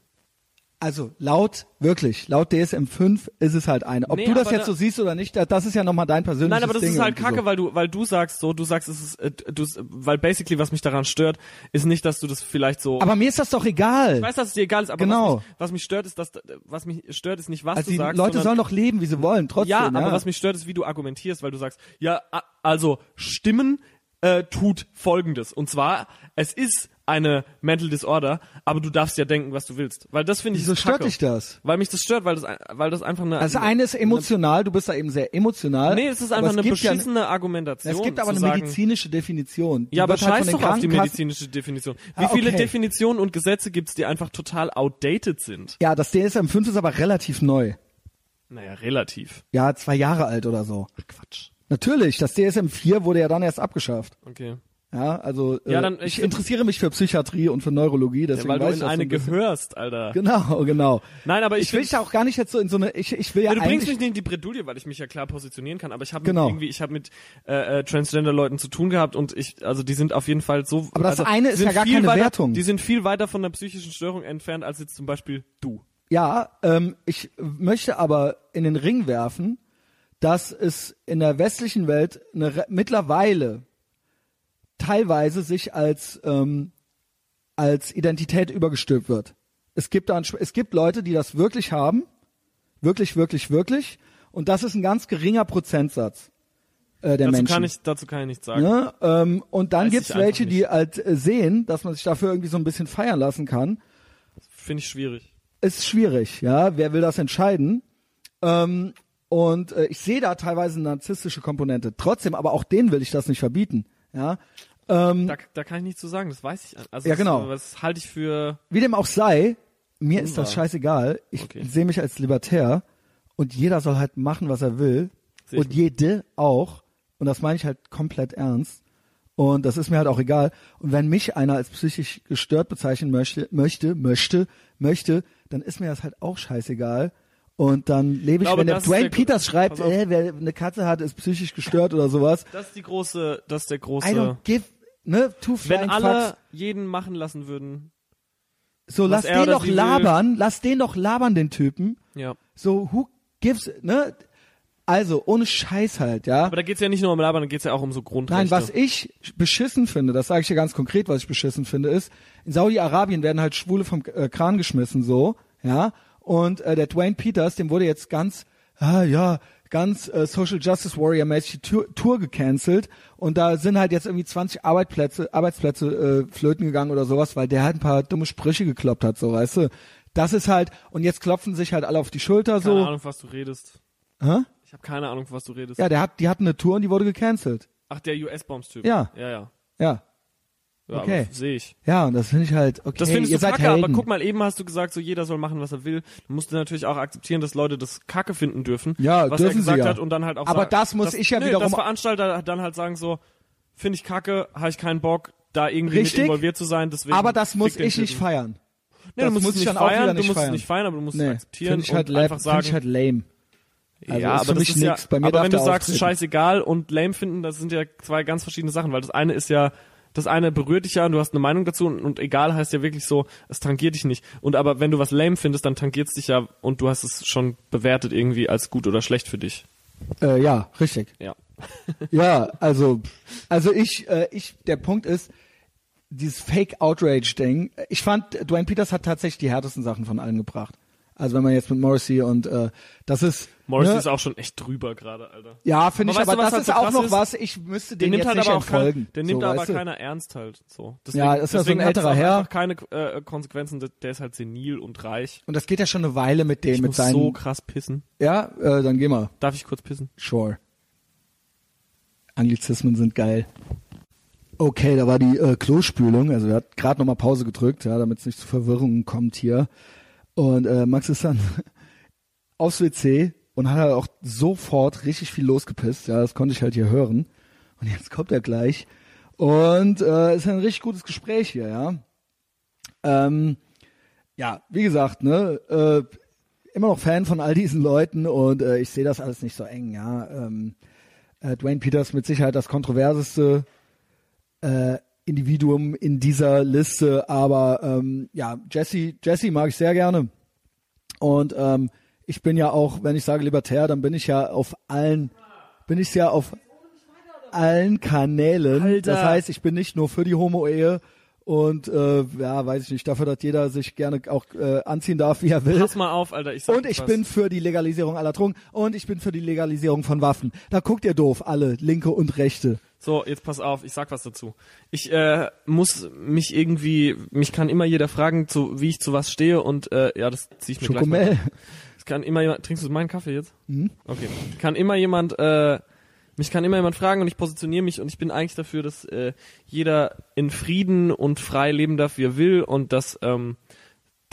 Also laut, wirklich, laut DSM 5 ist es halt eine. Ob
Nee,
du das
aber
jetzt
da-
so siehst oder nicht, da- das ist ja nochmal dein persönliches
Nein, aber das
Ding
ist halt
irgendwie
kacke,
so.
weil du, weil du sagst so, du sagst, es ist, äh, du, weil basically, was mich daran stört, ist nicht, dass du das vielleicht so.
Aber mir ist das doch egal.
ich weiß, dass es dir egal ist, aber
Genau.
was, mich, was mich stört, ist, dass, was mich stört, ist nicht, was
also
du
die
sagst.
Leute
sondern-
sollen doch leben, wie sie wollen, trotzdem.
Ja, aber was mich stört, ist, wie du argumentierst, weil du sagst, ja, a- also Stimmen äh, tut Folgendes. Und zwar, es ist eine Mental Disorder, aber du darfst ja denken, was du willst. Weil das finde ich
Wieso stört
kacke.
dich das?
Weil mich das stört, weil das, ein- weil das einfach eine...
Also eine ist emotional, du bist da eben sehr emotional.
nee, es ist
aber
einfach eine
gibt ja ne-
beschissene Argumentation.
Es gibt aber
zu
eine
sagen,
medizinische Definition. Die
Ja, aber
wird halt
scheiß
von den
doch auf die
Krankenkassen-
medizinische Definition. Wie
Ah,
viele
okay.
Definitionen und Gesetze gibt's, die einfach total outdated sind?
Ja, das DSM 5 ist aber relativ neu.
Naja, relativ.
Ja, zwei Jahre alt oder so.
Quatsch.
Natürlich, das DSM 4 wurde ja dann erst abgeschafft.
Okay.
Ja, also
Ja,
äh,
dann-
ich,
ich-
interessiere mich für Psychiatrie und für Neurologie,
Ja,
deswegen
weil du
weiß ich
in
das so
eine
ein bisschen.
gehörst, Alter.
Genau, genau.
Nein, aber ich,
Ich will
find-
ja auch gar nicht jetzt so in so eine ich ich will ja
Ja, du bringst
eigentlich
mich nicht in die Bredouille, weil ich mich ja klar positionieren kann, aber ich habe
Genau.
mit irgendwie, ich habe mit äh, äh, Transgender-Leuten zu tun gehabt und ich, also die sind auf jeden Fall so.
Aber das
also,
eine
die
ist
sind
ja gar
viel
keine
weiter,
Wertung.
Die sind viel weiter von der psychischen Störung entfernt als jetzt zum Beispiel du.
ja, ähm, ich möchte aber in den Ring werfen, dass es in der westlichen Welt eine, re- mittlerweile teilweise sich als ähm, als Identität übergestülpt wird. Es gibt da ein, Sch- es gibt Leute, die das wirklich haben, wirklich, wirklich, wirklich, und das ist ein ganz geringer Prozentsatz äh, der
dazu
Menschen.
kann ich, dazu kann ich nichts sagen.
Ne? Ähm, und dann
Weiß
gibt's
ich einfach
welche, die halt äh, sehen, dass man sich dafür irgendwie so ein bisschen feiern lassen kann.
Finde ich schwierig.
Ist schwierig, ja. Wer will das entscheiden? Ähm, und äh, ich sehe da teilweise eine narzisstische Komponente. Trotzdem, aber auch denen will ich das nicht verbieten. Ja. Ähm,
Da, da kann ich nichts zu sagen, das weiß ich. Also
Ja,
das-
genau.
Das halte ich für.
wie dem auch sei, mir ist das
Unwahr.
scheißegal. Ich
Okay.
sehe mich als Libertär und jeder soll halt machen, was er will.
Sehe ich
und jede auch. Und das meine ich halt komplett ernst. Und das ist mir halt auch egal. Und wenn mich einer als psychisch gestört bezeichnen möchte, möchte, möchte, möchte, dann ist mir das halt auch scheißegal. Und dann lebe ich,
glaube,
wenn der
das ist
Dwayne
der Gru-
Peters schreibt,
Pass auf.
äh, wer eine Katze hat, ist psychisch gestört oder sowas.
Das ist die große, das ist der
I don't
große.
give, ne, two
Wenn
flying
alle
fucks.
jeden machen lassen würden,
So, lass
was er
den
oder
doch
sie will.
labern, lass den doch labern, den Typen.
ja.
So, who gives, ne? Also, ohne Scheiß halt, ja.
Aber da geht's ja nicht nur um Labern, da geht's ja auch um so Grundrechte.
Nein, was ich beschissen finde, das sage ich dir ganz konkret, was ich beschissen finde, ist, in Saudi-Arabien werden halt Schwule vom äh, Kran geschmissen, so, ja. Und äh, der Dwayne Peters, dem wurde jetzt ganz, ah, ja, ganz äh, Social Justice Warrior mäßig die Tour, Tour gecancelt. Und da sind halt jetzt irgendwie 20 Arbeitsplätze, Arbeitsplätze äh, flöten gegangen oder sowas, weil der halt ein paar dumme Sprüche gekloppt hat, so, weißt du. Das ist halt, und jetzt klopfen sich halt alle auf die Schulter,
Keine
so.
Ahnung, was du redest.
Hä?
Ich habe keine Ahnung, was du redest.
Ja, der hat, die hatten eine Tour und die wurde gecancelt.
Ach, der US-Bombs-Typ.
Ja.
Ja, ja.
Ja.
ja
Okay.
okay. Sehe ich.
Ja, und das finde ich halt, okay,
Das findest
ihr
du
seid
kacke,
Helden.
aber guck mal, eben hast du gesagt, so jeder soll machen, was er will. Du musst natürlich auch akzeptieren, dass Leute das kacke finden dürfen,
Ja,
was
dürfen
er
sie
gesagt
ja.
hat und dann halt auch
Aber
sagen-
das muss
dass-
ich ja
nö,
wiederum-
dass Veranstalter dann halt sagen so, finde ich kacke, habe ich keinen Bock, da irgendwie
Richtig.
mit involviert zu sein, deswegen
aber das muss
fick den
ich nicht
Typen.
feiern.
nee,
das
du musst
muss
es
ich
nicht
dann auch
feiern,
wieder
du
nicht
musst
feiern.
es nicht feiern, aber du musst
Nee,
es akzeptieren
finde ich, halt
und
lame-
einfach
find
sagen,
ich halt lame. Also
ja,
ist für
aber
mich
das ist ja,
nix. Bei mir
aber
darf
wenn du
der
sagst,
auftreten.
scheißegal und lame finden, das sind ja zwei ganz verschiedene Sachen, weil das eine ist ja, das eine berührt dich ja und du hast eine Meinung dazu und, und egal heißt ja wirklich so, es tangiert dich nicht. Und aber wenn du was lame findest, dann tangiert es dich ja und du hast es schon bewertet irgendwie als gut oder schlecht für dich.
Äh, ja, richtig.
Ja.
Ja, also, also ich, äh, ich, der Punkt ist, dieses Fake Outrage Ding. Ich fand, Dwayne Peters hat tatsächlich die härtesten Sachen von allen gebracht. Also wenn man jetzt mit Morrissey und äh, das ist,
Morrissey
ne,
ist auch schon echt drüber gerade, Alter.
ja, finde ich,
Aber weißt
aber
du, was
das
halt
ist
so
auch
krass
noch
ist?
was. Ich müsste
Der
den
nimmt
jetzt
halt
nicht
aber auch
entfolgen.
kein, der nimmt
so,
aber
weißt du?
keiner ernst halt so.
Ja, ist ja so ein
deswegen hat's
älterer
auch
Herr.
einfach keine äh, Konsequenzen, der- der ist halt senil und reich.
Und das geht ja schon eine Weile mit dem,
Ich
mit
muss
seinen.
so krass pissen.
ja, äh, dann geh mal.
Darf ich kurz pissen?
Sure. Anglizismen sind geil. Okay, da war die äh, Klospülung. Also er hat gerade nochmal Pause gedrückt, ja, damit es nicht zu Verwirrungen kommt hier. Und äh, Max ist dann aufs WC und hat halt auch sofort richtig viel losgepisst. Ja, das konnte ich halt hier hören. Und jetzt kommt er gleich. Und äh, ist ein richtig gutes Gespräch hier, ja. Ähm, ja, wie gesagt, ne, äh, immer noch Fan von all diesen Leuten und äh, ich sehe das alles nicht so eng, ja. Ähm, äh, Dwayne Peters mit Sicherheit das kontroverseste äh, Individuum in dieser Liste, aber ähm, ja, Jesse, Jesse mag ich sehr gerne. Und ähm, ich bin ja auch, wenn ich sage libertär, dann bin ich ja auf allen, bin ich ja auf allen Kanälen.
Alter.
Das heißt, ich bin nicht nur für die Homo-Ehe und äh, ja, weiß ich nicht, dafür, dass jeder sich gerne auch äh, anziehen darf, wie er will.
Pass mal auf, Alter. Ich sag
Und ich
was.
bin für die Legalisierung aller Drogen und ich bin für die Legalisierung von Waffen. Da guckt ihr doof, alle, Linke und Rechte.
So, jetzt pass auf, ich sag was dazu. Ich äh, muss mich irgendwie, mich kann immer jeder fragen, zu, wie ich zu was stehe und äh, ja, das zieh ich mir gleich. mal
Schokomel.
rein. Es kann immer jemand, trinkst du meinen Kaffee jetzt?
Mhm.
Okay. Kann immer jemand, äh, mich kann immer jemand fragen und ich positioniere mich und ich bin eigentlich dafür, dass äh, jeder in Frieden und frei leben darf, wie er will und dass ähm,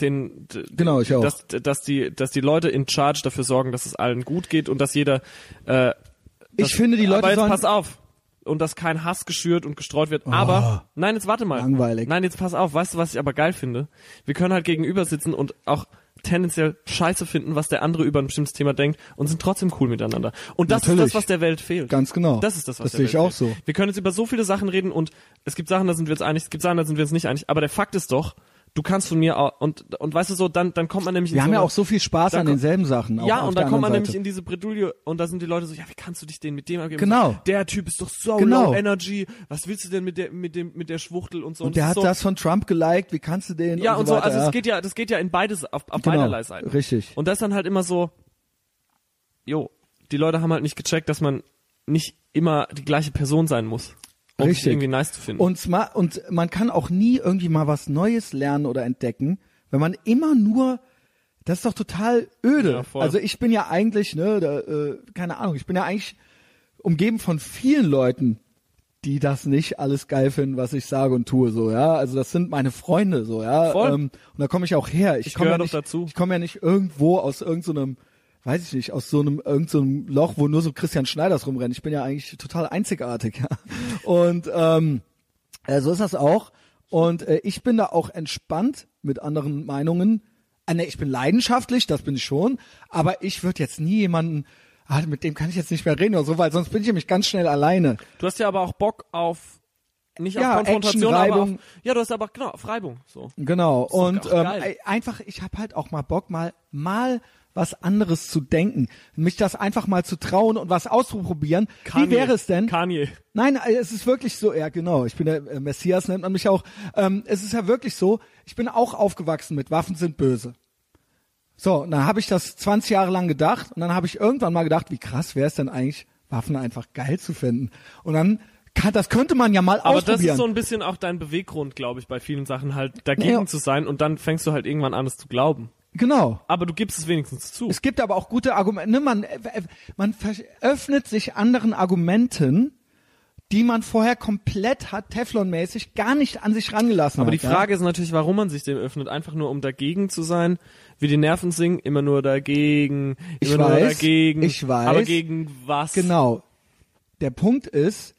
den d-
Genau, ich auch.
dass, dass die dass die Leute in Charge dafür sorgen, dass es allen gut geht und dass jeder äh,
Ich finde, die Leute
aber jetzt
sollen- Oh.
pass auf und dass kein Hass geschürt und gestreut wird. Aber nein, jetzt warte mal.
Langweilig.
Nein, jetzt pass auf. Weißt du, was ich aber geil finde? Wir können halt gegenüber sitzen und auch tendenziell Scheiße finden, was der andere über ein bestimmtes Thema denkt und sind trotzdem cool miteinander. Und das
Natürlich.
ist das, was der Welt fehlt.
Ganz genau.
Das ist das, was
Das
der
sehe
Welt
ich auch
fehlt.
so.
Wir können jetzt über so viele Sachen reden und es gibt Sachen, da sind wir uns einig, es gibt Sachen, da sind wir uns nicht einig. Aber der Fakt ist doch, du kannst von mir auch, und und weißt du so, dann dann kommt man nämlich in
Wir haben
so
ja
eine-
auch so viel Spaß
dann
an
ko-
denselben Sachen. Auch
ja,
auf
und
der
da kommt man
anderen
nämlich
Seite.
in diese Bredouille und da sind die Leute so, ja, wie kannst du dich den mit dem abgeben?
Genau.
So, Der Typ ist doch so
Genau.
low energy, was willst du denn mit der, mit dem, mit der Schwuchtel und so.
Und der
es
hat
ist so,
das von Trump geliked, wie kannst du den?
ja, und so,
weiter,
also
ja.
es geht ja, das geht ja in beides, auf, auf
Genau,
beiderlei Seiten.
richtig.
Und das ist dann halt immer so, jo, die Leute haben halt nicht gecheckt, dass man nicht immer die gleiche Person sein muss, um sich
Richtig.
irgendwie nice zu finden.
Und, sma- und man kann auch nie irgendwie mal was Neues lernen oder entdecken, wenn man immer nur, das ist doch total öde.
Ja, voll.
also ich bin ja eigentlich, ne, da, äh, keine Ahnung, ich bin ja eigentlich umgeben von vielen Leuten, die das nicht alles geil finden, was ich sage und tue, so, ja. Also das sind meine Freunde, so, ja.
Voll.
Ähm, und da komme ich auch her. Ich,
Ich
komme
gehöre
ja
doch
nicht,
dazu.
Ich komme ja nicht irgendwo aus irgendeinem, weiß ich nicht, aus so einem irgendeinem so einem Loch, wo nur so Christian Schneiders rumrennt. Ich bin ja eigentlich total einzigartig, ja. Und ähm, äh, so ist das auch. Und äh, ich bin da auch entspannt mit anderen Meinungen. Ah, ne, ich bin leidenschaftlich, das bin ich schon. Aber ich würde jetzt nie jemanden, ah, mit dem kann ich jetzt nicht mehr reden oder so, weil sonst bin ich nämlich ganz schnell alleine.
du hast ja aber auch Bock auf, nicht
Ja,
auf
Action,
Konfrontation, aber auf,
Reibung.
ja, du hast aber, genau, Freibung, so.
Genau.
doch
Und
auch
ähm,
geil.
ei- einfach, ich habe halt auch mal Bock, mal mal was anderes zu denken, mich das einfach mal zu trauen und was auszuprobieren. Wie wäre es denn?
Kanye.
Nein, äh, es ist wirklich so, ja genau, ich bin der äh, Messias, nennt man mich auch. Ähm, es ist ja wirklich so, ich bin auch aufgewachsen mit Waffen sind böse. So, und dann habe ich das 20 Jahre lang gedacht und dann habe ich irgendwann mal gedacht, wie krass wäre es denn eigentlich, Waffen einfach geil zu finden. Und dann, kann, das könnte man ja mal
Aber das
ausprobieren.
ist so ein bisschen auch dein Beweggrund, glaube ich, bei vielen Sachen halt dagegen
Naja.
zu sein und dann fängst du halt irgendwann an, es zu glauben.
genau.
Aber du gibst es wenigstens zu.
Es gibt aber auch gute Argumente. Ne, man, äh, äh, man versch- öffnet sich anderen Argumenten, die man vorher komplett hat, Teflon-mäßig, gar nicht an sich rangelassen
aber
hat.
die Frage ist natürlich, warum man sich dem öffnet. Einfach nur, um dagegen zu sein. Wie die Nerven singen, immer nur dagegen,
Ich
immer nur
weiß,
dagegen.
ich weiß.
Aber gegen was?
ja? Genau. Der Punkt ist,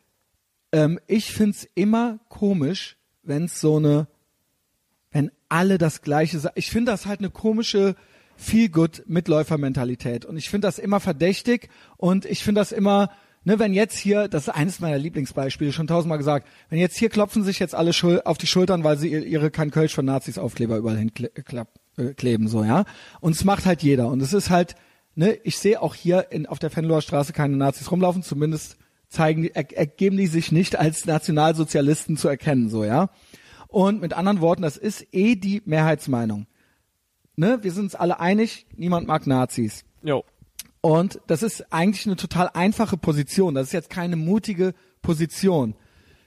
ähm, ich find's immer komisch, wenn's so eine, wenn alle das Gleiche sagen. Ich finde das halt eine komische Feel-Good-Mitläufer-Mentalität. Und ich finde das immer verdächtig und ich finde das immer, ne, wenn jetzt hier, das ist eines meiner Lieblingsbeispiele, schon tausendmal gesagt, wenn jetzt hier klopfen sich jetzt alle schul auf die Schultern, weil sie ihr- ihre kein Kölsch von Nazis Aufkleber überall hin kle klapp- äh, kleben, so, ja. Und es macht halt jeder. Und es ist halt, ne, ich sehe auch hier in, auf der Fenloer Straße keine Nazis rumlaufen, zumindest zeigen, die- er, ergeben die sich nicht als Nationalsozialisten zu erkennen, so, ja. Und mit anderen Worten, das ist eh die Mehrheitsmeinung. Ne? Wir sind uns alle einig, niemand mag Nazis.
Jo.
Und das ist eigentlich eine total einfache Position. Das ist jetzt keine mutige Position.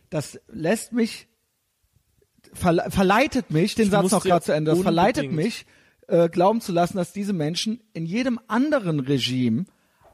Das lässt mich, verle verleitet mich, den
Ich muss
Satz noch
dir
gerade zu Ende, das verleitet
unbedingt-
mich, äh, glauben zu lassen, dass diese Menschen in jedem anderen Regime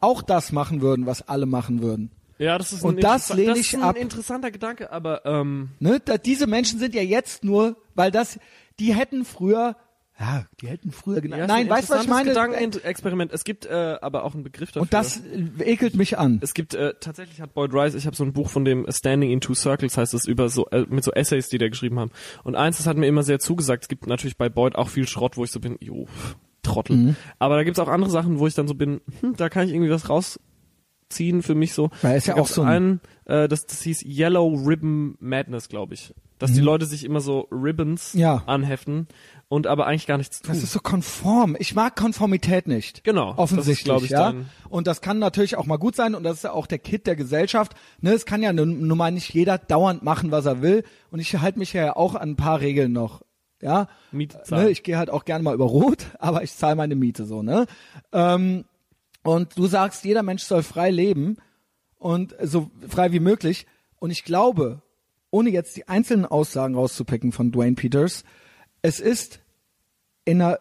auch das machen würden, was alle machen würden.
Ja, das ist
Und
ein,
das
interessa-
lehne
das
ich
ist ein
ab.
interessanter Gedanke, aber ähm,
Ne? Da, diese Menschen sind ja jetzt nur, weil das, die hätten früher, ja, die hätten früher
ja,
genau.
ist
Nein,
ein
weißt du, was ich meine?
interessantes Gedankenexperiment. Es gibt äh, aber auch einen Begriff dafür.
Und das äh, ekelt mich an.
Es gibt äh, tatsächlich hat Boyd Rice, ich habe so ein Buch von dem äh, Standing in Two Circles, heißt es über so äh, mit so Essays, die der geschrieben haben. Und eins, das hat mir immer sehr zugesagt. Es gibt natürlich bei Boyd auch viel Schrott, wo ich so bin, jo, pff, Trottel.
Mhm.
Aber da gibt's auch andere Sachen, wo ich dann so bin, hm, da kann ich irgendwie was rausziehen für mich so.
Weil es ja
Da gab's
auch so
einen, äh, das, das hieß Yellow Ribbon Madness, glaube ich. Dass die Leute sich immer so Ribbons
Mhm. Ja.
anheften und aber eigentlich gar nichts tun.
Das ist so konform. Ich mag Konformität nicht.
Hm. Genau.
Offensichtlich,
Das ist, glaub ich,
ja.
dann-
Und das kann natürlich auch mal gut sein und das ist ja auch der Kit der Gesellschaft. Ne, es kann ja nun nun mal nicht jeder dauernd machen, was er will. Und ich halte mich ja auch an ein paar Regeln noch. Ja.
Miete zahlen.
ne, ich gehe halt auch gerne mal über Rot, aber ich zahle meine Miete so, ne? Ähm, und du sagst, jeder Mensch soll frei leben und so frei wie möglich. Und ich glaube, ohne jetzt die einzelnen Aussagen rauszupicken von Dwayne Peters, es ist in einer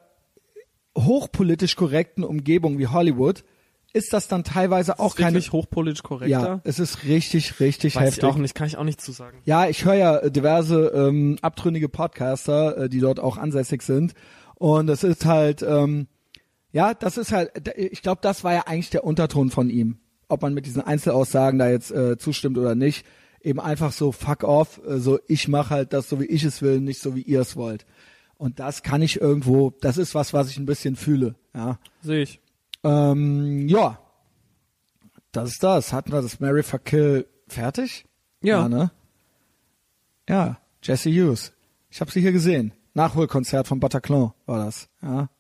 hochpolitisch korrekten Umgebung wie Hollywood, ist das dann teilweise auch
ist
keine.
wirklich hochpolitisch korrekter.
Ja, es ist richtig, richtig
Weiß
heftig.
ich auch nicht, kann ich auch nicht zu sagen.
Ja, ich höre ja äh, diverse ähm, abtrünnige Podcaster, äh, die dort auch ansässig sind. Und es ist halt, ähm, ja, das ist halt, d- ich glaube, das war ja eigentlich der Unterton von ihm. Ob man mit diesen Einzelaussagen da jetzt äh, zustimmt oder nicht, eben einfach so fuck off, äh, so ich mache halt das so, wie ich es will, nicht so, wie ihr es wollt. Und das kann ich irgendwo, das ist was, was ich ein bisschen fühle. Ja,
Sehe ich.
ähm, ja. das ist das. Hatten wir das Mary Fuck Kill fertig?
Ja.
Ja, ne? ja Jesse Hughes. Ich habe sie hier gesehen. Nachholkonzert vom Bataclan war das. Ja.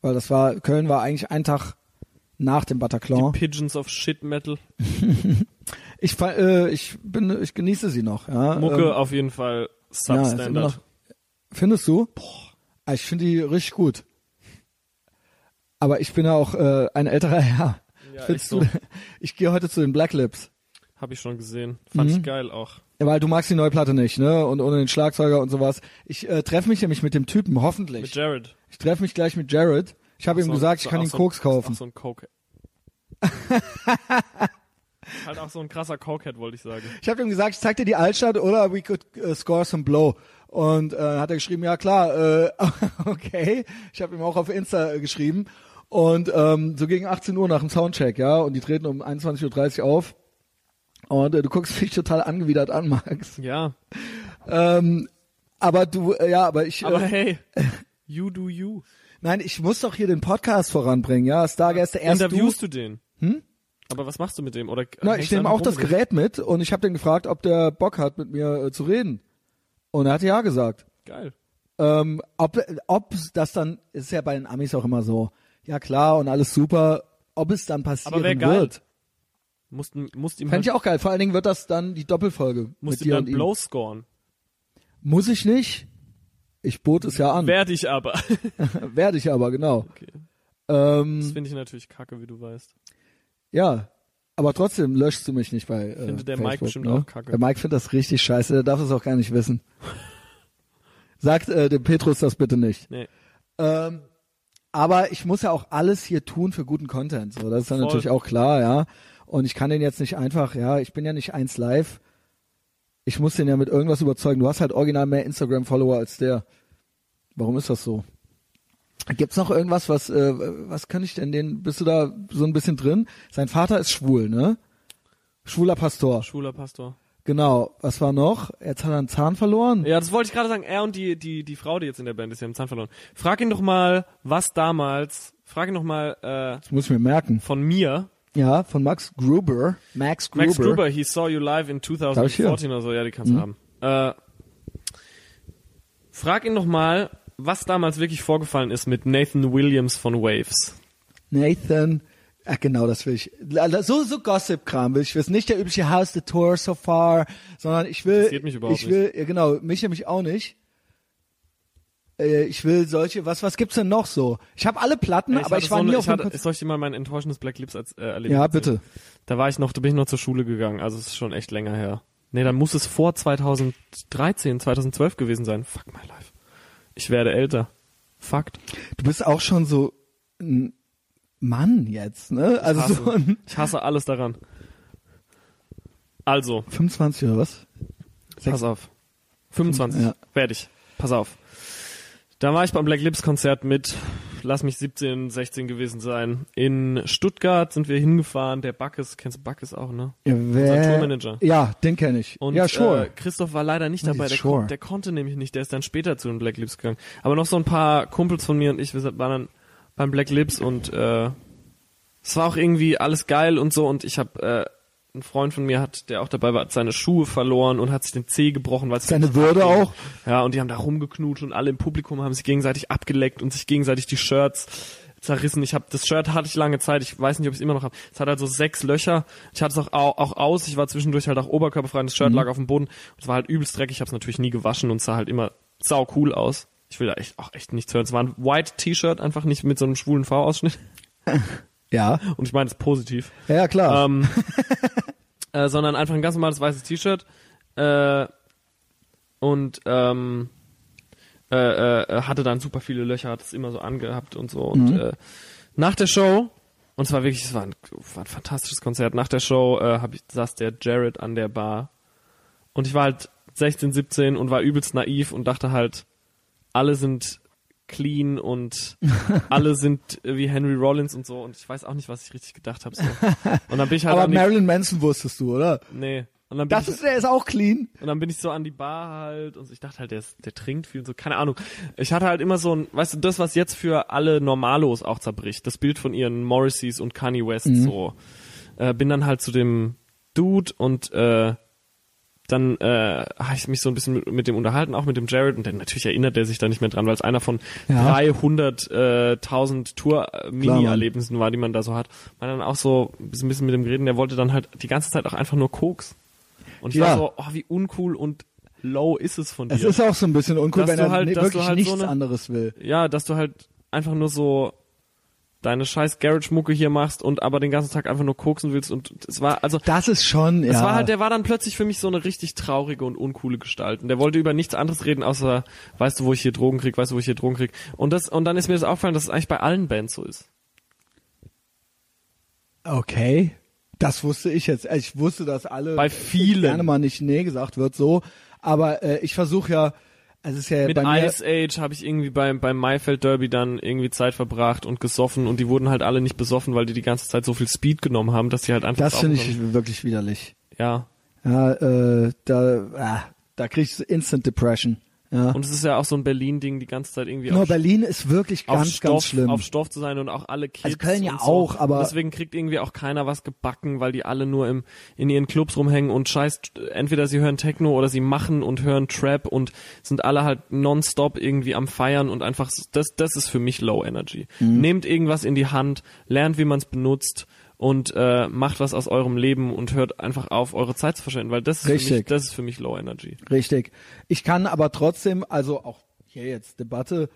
Weil das war, Köln war eigentlich ein Tag nach dem Bataclan.
Pigeons of Shit Metal.
Ich, fa- äh, ich bin, ich genieße sie noch. Ja.
Mucke
Ähm,
auf jeden Fall
ja, ist immer
Substandard.
noch- Findest du? Boah. Ich finde die richtig gut. Aber ich bin ja auch äh, ein älterer Herr.
Ja,
Findest
echt
du, ich gehe heute zu den Black Lips.
Hab ich schon gesehen. Fand
Mhm.
ich geil auch.
Ja, weil du magst die neue Platte nicht, ne? Und ohne den Schlagzeuger und sowas. Ich äh, treffe mich nämlich mit dem Typen,
Mit
hoffentlich.
Jared.
ich treffe mich gleich mit Jared. Ich habe ihm
So-
gesagt,
so-
ich kann
auch
ihm
so-
Koks
Auch
kaufen.
so ein Coke. halt auch so ein krasser Cokehead, wollte ich sagen.
Ich habe ihm gesagt, ich zeig dir die Altstadt oder we could äh, score some blow. Und äh, hat er geschrieben, ja klar, äh, okay. Ich habe ihm auch auf Insta äh, geschrieben. Und ähm, so gegen 18 Uhr nach dem Soundcheck, ja. Und die treten um 21.30 Uhr auf. Und äh, du guckst mich total angewidert an, Max.
Ja.
Ähm, aber du, äh, ja, aber ich...
Aber
äh,
hey, you do you.
Nein, ich muss doch hier den Podcast voranbringen, ja. Stargäste erst
Interviewst
du. Hm?
du, den? Aber was machst du mit dem? Oder
Na,
hängst
ich
du
nehme auch
einfach
das
rum?
Gerät mit und ich habe den gefragt, ob der Bock hat, mit mir äh, zu reden. Und er hat ja gesagt.
Geil.
Ähm, ob, ob das dann, ist ja bei den Amis auch immer so, ja klar und alles super, ob es dann passieren
Aber wär geil.
wird.
Musst, musst ihm
Fände
halt,
ich auch geil. Vor allen Dingen wird das dann die Doppelfolge mit
musst ihm
dir
dann
und ihm.
Blow scoren.
Muss ich nicht. Ich bot es ja an.
Werd ich aber.
Werde ich aber, genau.
Okay. Das
Ähm,
finde ich natürlich kacke, wie du weißt.
Ja, aber trotzdem löschst du mich nicht bei. Äh,
Findet der
Facebook,
Mike bestimmt
ne?
auch kacke.
Der Mike findet das richtig scheiße, der darf es auch gar nicht wissen. Sagt äh, dem Petrus das bitte nicht.
Nee.
Ähm, aber ich muss ja auch alles hier tun für guten Content. So, das ist dann
Voll.
natürlich auch klar, ja. Und ich kann den jetzt nicht einfach, ja, ich bin ja nicht eins live. Ich muss den ja mit irgendwas überzeugen. Du hast halt original mehr Instagram-Follower als der. Warum ist das so? Gibt's noch irgendwas, was, äh, was kann ich denn den, bist du da so ein bisschen drin? Sein Vater ist schwul, ne? Schwuler Pastor.
Schwuler Pastor.
Genau. Was war noch? Jetzt hat er einen Zahn verloren.
Ja, das wollte ich gerade sagen. Er und die, die, die Frau, die jetzt in der Band ist, die haben den Zahn verloren. Frag ihn doch mal, was damals, frag ihn doch mal äh,
Das muss ich mir merken.
von mir.
Ja, von Max Gruber. Max Gruber.
Max Gruber, he saw you live in
ich hier? Mhm.
2014 oder so. Ja, die kannst du haben. Äh, frag ihn doch mal, was damals wirklich vorgefallen ist mit Nathan Williams von Waves.
Nathan. Ach, genau, das will ich. So, so Gossip-Kram will ich wissen. Nicht der übliche House the Tour so far, sondern ich will.
Interessiert mich überhaupt
ich will, Ja, genau, mich nämlich auch nicht. Äh, Ich will solche, was, was gibt's denn noch so? Ich habe alle Platten,
Ey,
aber
hatte
ich war
so
nie
eine,
auf
ich
einem
hatte,
Konzert.
Soll ich dir mal mein enttäuschendes Black Lips als, äh, erlebt
Ja, bitte.
Da war ich noch, da bin ich noch zur Schule gegangen, also es ist schon echt länger her. Nee, dann muss es vor 2013, 2012 gewesen sein. Fuck my life. Ich werde älter. Fakt.
Du bist auch schon so ein Mann jetzt, ne? Also
hasse.
so ein
Ich hasse alles daran. Also,
25 oder was?
pass auf. 25
Ja.
werde ich. Pass auf. Da war ich beim Black Lips Konzert mit, lass mich 17, 16 gewesen sein. In Stuttgart sind wir hingefahren. Der Backes, kennst du Backes auch, ne?
Ja, wer-
Tourmanager.
Ja, den kenne ich.
Und
ja, sure.
äh, Christoph war leider nicht
Ja,
dabei,
dieses
der,
Shore.
kon der konnte nämlich nicht, der ist dann später zu den Black Lips gegangen. Aber noch so ein paar Kumpels von mir und ich, wir sind- waren dann beim Black Lips und äh, es war auch irgendwie alles geil und so und ich habe äh, ein Freund von mir hat, der auch dabei war, hat seine Schuhe verloren und hat sich den Zeh gebrochen, weil es
Seine Würde auch.
Ja, und die haben da rumgeknutscht und alle im Publikum haben sich gegenseitig abgeleckt und sich gegenseitig die Shirts zerrissen. Ich habe das Shirt hatte ich lange Zeit, ich weiß nicht, ob ich es immer noch habe. Es hat halt so sechs Löcher. Ich hatte es auch, au- auch aus, ich war zwischendurch halt auch oberkörperfrei, und das
Mhm.
Shirt lag auf dem Boden. Und Es war halt übelst dreckig, ich habe es natürlich nie gewaschen und sah halt immer sau cool aus. Ich will da echt auch echt nichts hören. Es war ein white T-Shirt, einfach nicht mit so einem schwulen V-Ausschnitt.
ja.
Und ich meine es positiv
ja, ja, klar.
ähm, äh, sondern einfach ein ganz normales weißes T-Shirt. äh, und ähm, äh, äh, hatte dann super viele Löcher, hat es immer so angehabt und so. Und äh, nach der Show, und es war wirklich, es war ein, war ein fantastisches Konzert, nach der Show äh, hab ich, saß der Jared an der Bar und ich war halt 16, 17 und war übelst naiv und dachte halt, alle sind clean und alle sind äh, wie Henry Rollins und so und ich weiß auch nicht, was ich richtig gedacht habe. So. Und dann bin ich halt
Aber
an die,
Marilyn Manson wusstest du, oder?
nee. Und dann bin
Das
ich,
ist, der ist auch clean.
und dann bin ich so an die Bar halt und so, ich dachte halt, der, ist, der trinkt viel und so, keine Ahnung. Ich hatte halt immer so ein, weißt du, das, was jetzt für alle Normalos auch zerbricht, das Bild von ihren Morrisseys und Kanye West
Mhm.
so. Äh, bin dann halt zu dem Dude und äh, dann äh, habe ich mich so ein bisschen mit, mit dem unterhalten, auch mit dem Jared und dann natürlich erinnert er sich da nicht mehr dran, weil es einer von
Ja.
300.000
Klar,
Tour-Mini-Erlebnissen
Mann.
Erlebnissen war, die man da so hat, war dann auch so ein bisschen bisschen mit dem Reden, der wollte dann halt die ganze Zeit auch einfach nur Koks. Und ich
Ja.
war so, oh, wie uncool und low ist es von dir.
Es ist auch so ein bisschen uncool,
Dass
wenn
du
er
halt-
ne-
dass du
wirklich
halt so
nichts
eine-
anderes will.
ja, dass du halt einfach nur so deine scheiß Garage-Mucke hier machst und aber den ganzen Tag einfach nur koksen willst und es war, also,
Das ist schon, ja.
es war halt, der war dann plötzlich für mich so eine richtig traurige und uncoole Gestalt. Und der wollte über nichts anderes reden, außer, weißt du, wo ich hier Drogen krieg, weißt du, wo ich hier Drogen krieg. Und das, und dann ist mir das aufgefallen, dass es eigentlich bei allen Bands so ist.
okay. Das wusste ich jetzt. Ich wusste, dass alle
Bei vielen.
gerne mal nicht nee gesagt wird, so. Aber äh, ich versuche ja, also es ist ja
Mit
bei mir,
Ice Age habe ich irgendwie beim, beim Maifeld Derby dann irgendwie Zeit verbracht und gesoffen und die wurden halt alle nicht besoffen, weil die die ganze Zeit so viel Speed genommen haben, dass die halt einfach.
das finde
aufgenommen-
ich wirklich widerlich.
Ja.
Ja, äh, da, ah, da krieg ich Instant Depression. Ja.
Und es ist ja auch so ein Berlin-Ding, die ganze Zeit irgendwie
Nur
auf,
Berlin ist wirklich
auf,
ganz,
Stoff,
ganz schlimm.
auf Stoff zu sein und auch alle Kids.
Also Köln ja
und so.
auch, aber-
Und deswegen kriegt irgendwie auch keiner was gebacken, weil die alle nur im, in ihren Clubs rumhängen und scheiß, entweder sie hören Techno oder sie machen und hören Trap und sind alle halt nonstop irgendwie am Feiern und einfach, s- das, das ist für mich Low Energy.
Mhm.
Nehmt irgendwas in die Hand, lernt, wie man es benutzt und äh, macht was aus eurem Leben und hört einfach auf, eure Zeit zu verschwenden, weil das ist, für mich,
Richtig.
das ist für mich Low Energy.
Richtig. Ich kann aber trotzdem, also auch hier jetzt Debatte,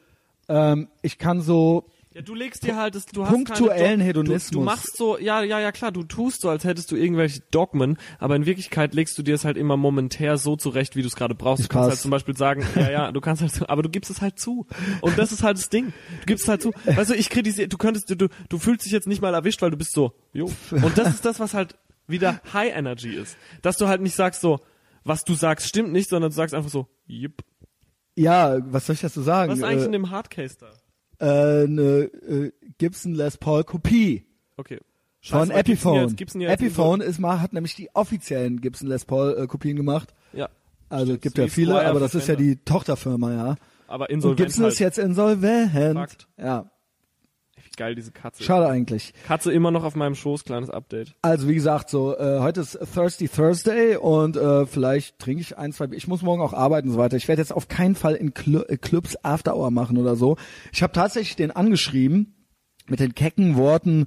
ähm, ich kann so,
Ja, du legst dir halt, das, du hast
Punktuellen
keine, Do- Du, du
Hedonismus.
machst so, ja, ja, ja, klar, du tust so, als hättest du irgendwelche Dogmen, aber in Wirklichkeit legst du dir es halt immer momentär so zurecht, wie du es gerade brauchst. Du kannst
passt.
halt zum Beispiel sagen, ja, ja, du kannst halt, so- aber du gibst es halt zu. Und das ist halt das Ding. Du gibst es halt zu. Weißt du, ich kritisiere, du könntest, du, du fühlst dich jetzt nicht mal erwischt, weil du bist so, jo. Und das ist das, was halt wieder High Energy ist. Dass du halt nicht sagst so, was du sagst, stimmt nicht, sondern du sagst einfach so, yep.
ja, was soll ich dazu sagen?
Was ist eigentlich in dem Hardcase da?
äh, eine äh, Gibson Les Paul Kopie
Okay.
von
Scheiße, was gibt's denn
Epiphone.
jetzt? Gibt's denn jetzt-
Epiphone ist mal, hat nämlich die offiziellen Gibson Les Paul äh, Kopien gemacht.
Ja.
Also
Stimmt's,
gibt ja
wie
viele,
Squire
aber das ist ja
Fender.
die Tochterfirma, ja.
Aber
Und
insolvent
Gibson
halt.
ist jetzt insolvent.
Fakt.
Ja,
Wie geil diese Katze.
schade eigentlich.
ist. Katze immer noch auf meinem Schoß, kleines Update.
Also wie gesagt, so äh, heute ist Thirsty Thursday und äh, vielleicht trinke ich ein, zwei. Bier. Ich muss morgen auch arbeiten und so weiter. Ich werde jetzt auf keinen Fall in Cl äh, Clubs After Hour machen oder so. Ich habe tatsächlich den angeschrieben mit den kecken Worten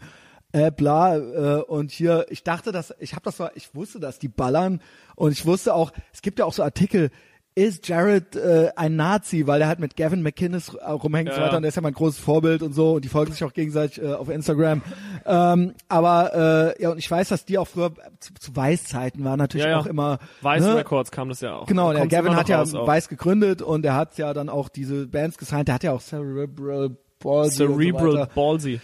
äh, bla äh, und hier. Ich dachte, dass ich habe das, so- ich wusste, dass die ballern und ich wusste auch, es gibt ja auch so Artikel. Ist Jared äh, ein Nazi, weil er halt mit Gavin McInnes äh, rumhängt und so
Ja,
weiter
ja.
und der ist ja mein großes Vorbild und so und die folgen sich auch gegenseitig äh, auf Instagram. Ähm, aber äh, ja, und ich weiß, dass die auch früher zu, zu Weißzeiten waren natürlich
Ja, ja.
auch immer.
Weiß
ne?
Records kam das ja auch.
Genau, der
Kommt's
Gavin
immer
hat
noch
ja
raus auch.
Weiß gegründet und er hat ja dann auch diese Bands gesigned. Der hat ja auch Cerebral Palsy
Cerebral
und so weiter.
Ballsy.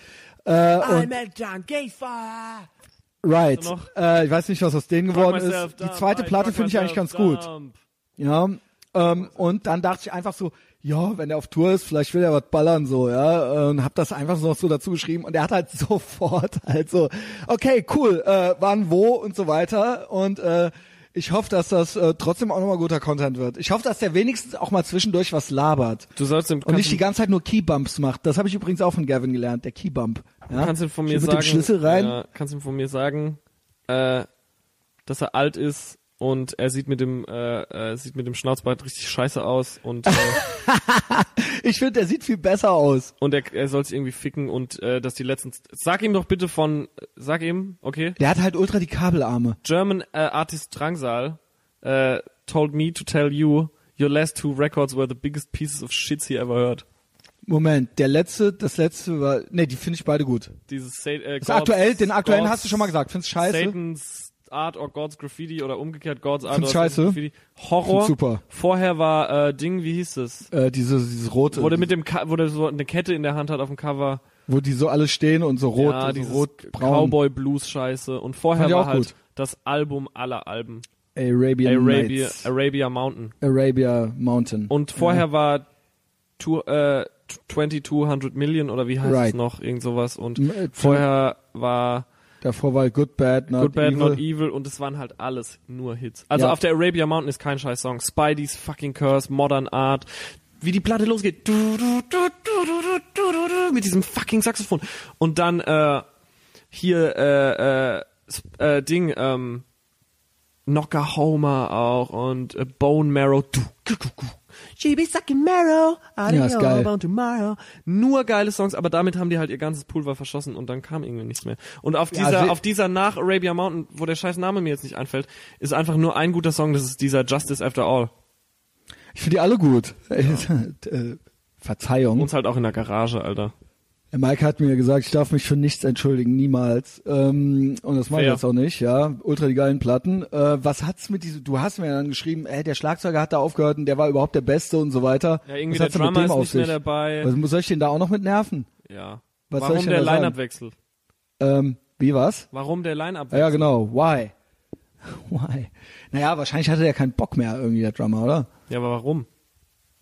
Right.
noch?
Äh, ich weiß nicht, was aus denen geworden
Fuck myself,
ist. Die
dump,
zweite
I
Platte
fuck
finde ich eigentlich ganz
myself,
gut.
dump.
Ja. Ähm, und dann dachte ich einfach so, ja, wenn er auf Tour ist, vielleicht will er was ballern so, ja. Und hab das einfach noch so dazu geschrieben und er hat halt sofort halt so, okay, cool, äh, wann, wo und so weiter. Und äh, ich hoffe, dass das äh, trotzdem auch nochmal guter Content wird. Ich hoffe, dass der wenigstens auch mal zwischendurch was labert.
Du sollst dem
Und
kannst
nicht die
ihm-
ganze Zeit nur Keybumps macht. Das habe ich übrigens auch von Gavin gelernt, der Keybump. Ja?
kannst ihm von mir
Schön mit
sagen.
Dem Schlüssel rein.
Ja, kannst ihm von mir sagen, äh, dass er alt ist und er sieht mit dem äh, äh, sieht mit dem Schnauzbart richtig scheiße aus und äh,
Ich finde, der sieht viel besser aus.
und er, er soll sich irgendwie ficken und äh, dass die letzten sag ihm doch bitte von sag ihm okay
Der hat halt ultra die Kabelarme.
German uh, artist Drangsal uh, told me to tell you your last two records were the biggest pieces of shit he ever heard.
Moment, der letzte, das letzte war, nee, die finde ich beide gut.
Dieses Sa äh,
Das aktuell, den aktuellen hast du schon mal gesagt, findest scheiße.
Satan's Against Art or God's Graffiti oder umgekehrt God's Art
Find's
or
scheiße.
Graffiti. Horror.
Find's super.
Vorher war äh, Ding, wie hieß es?
Äh, diese, dieses rote,
Wurde mit dem, Ka wo der so eine Kette in der Hand hat auf dem Cover.
wo die so alle stehen und so rot,
ja,
so
dieses
rot-braun.
Cowboy Blues Scheiße. Und vorher
Fand ich
war
auch
halt
gut.
das Album aller Alben.
Arabian
Arabia,
Nights.
Arabia Mountain.
Arabia Mountain.
Und vorher war tu, äh, 2200 Million oder wie heißt es
Right.
noch? Irgend sowas. Und
M- äh,
vorher war
davor war Good Bad, Not
Good Bad,
Evil.
Not E- Evil und es waren halt alles nur Hits. Also
Ja.
auf der Arabia Mountain ist kein scheiß Song. Spidey's Fucking Curse, Modern Art, wie die Platte losgeht. Du, du, du, du, du, du, du, du, mit diesem fucking Saxophon. Und dann äh, hier äh, äh, Sp- äh, Ding, ähm, Knockahoma auch und äh, Bone Marrow. Du, du, du, du. She be sucking marrow, I
Ja,
don't
ist
know
geil.
about tomorrow. Nur geile Songs, aber damit haben die halt ihr ganzes Pulver verschossen und dann kam irgendwie nichts mehr. Und auf
Ja, also
dieser,
se-
auf dieser nach Arabia Mountain, wo der scheiß Name mir jetzt nicht einfällt, ist einfach nur ein guter Song, das ist dieser Justice After All.
Ich finde die alle gut. Äh, Verzeihung.
Uns halt auch in der Garage, Alter.
Der Mike hat mir gesagt, ich darf mich für nichts entschuldigen, niemals. Ähm, und das mache ich
Fair.
jetzt auch nicht, ja. Ultra die geilen Platten. Äh, was hat's mit diesem, du hast mir ja dann geschrieben, ey, der Schlagzeuger hat da aufgehört und der war überhaupt der Beste und so weiter.
Ja, irgendwie
was
der
hat's denn mit
Drummer
dem
ist
auf
nicht mehr
sich?
dabei.
Was soll ich den da auch noch mit nerven?
Ja.
Was soll
Warum
ich denn
der
da sagen?
Line-Up-Wechsel?
Ähm, wie was?
Warum der Line-Up-Wechsel?
Ja, genau. Why? Why? Naja, wahrscheinlich hatte der keinen Bock mehr irgendwie, der Drummer, oder?
Ja, aber warum?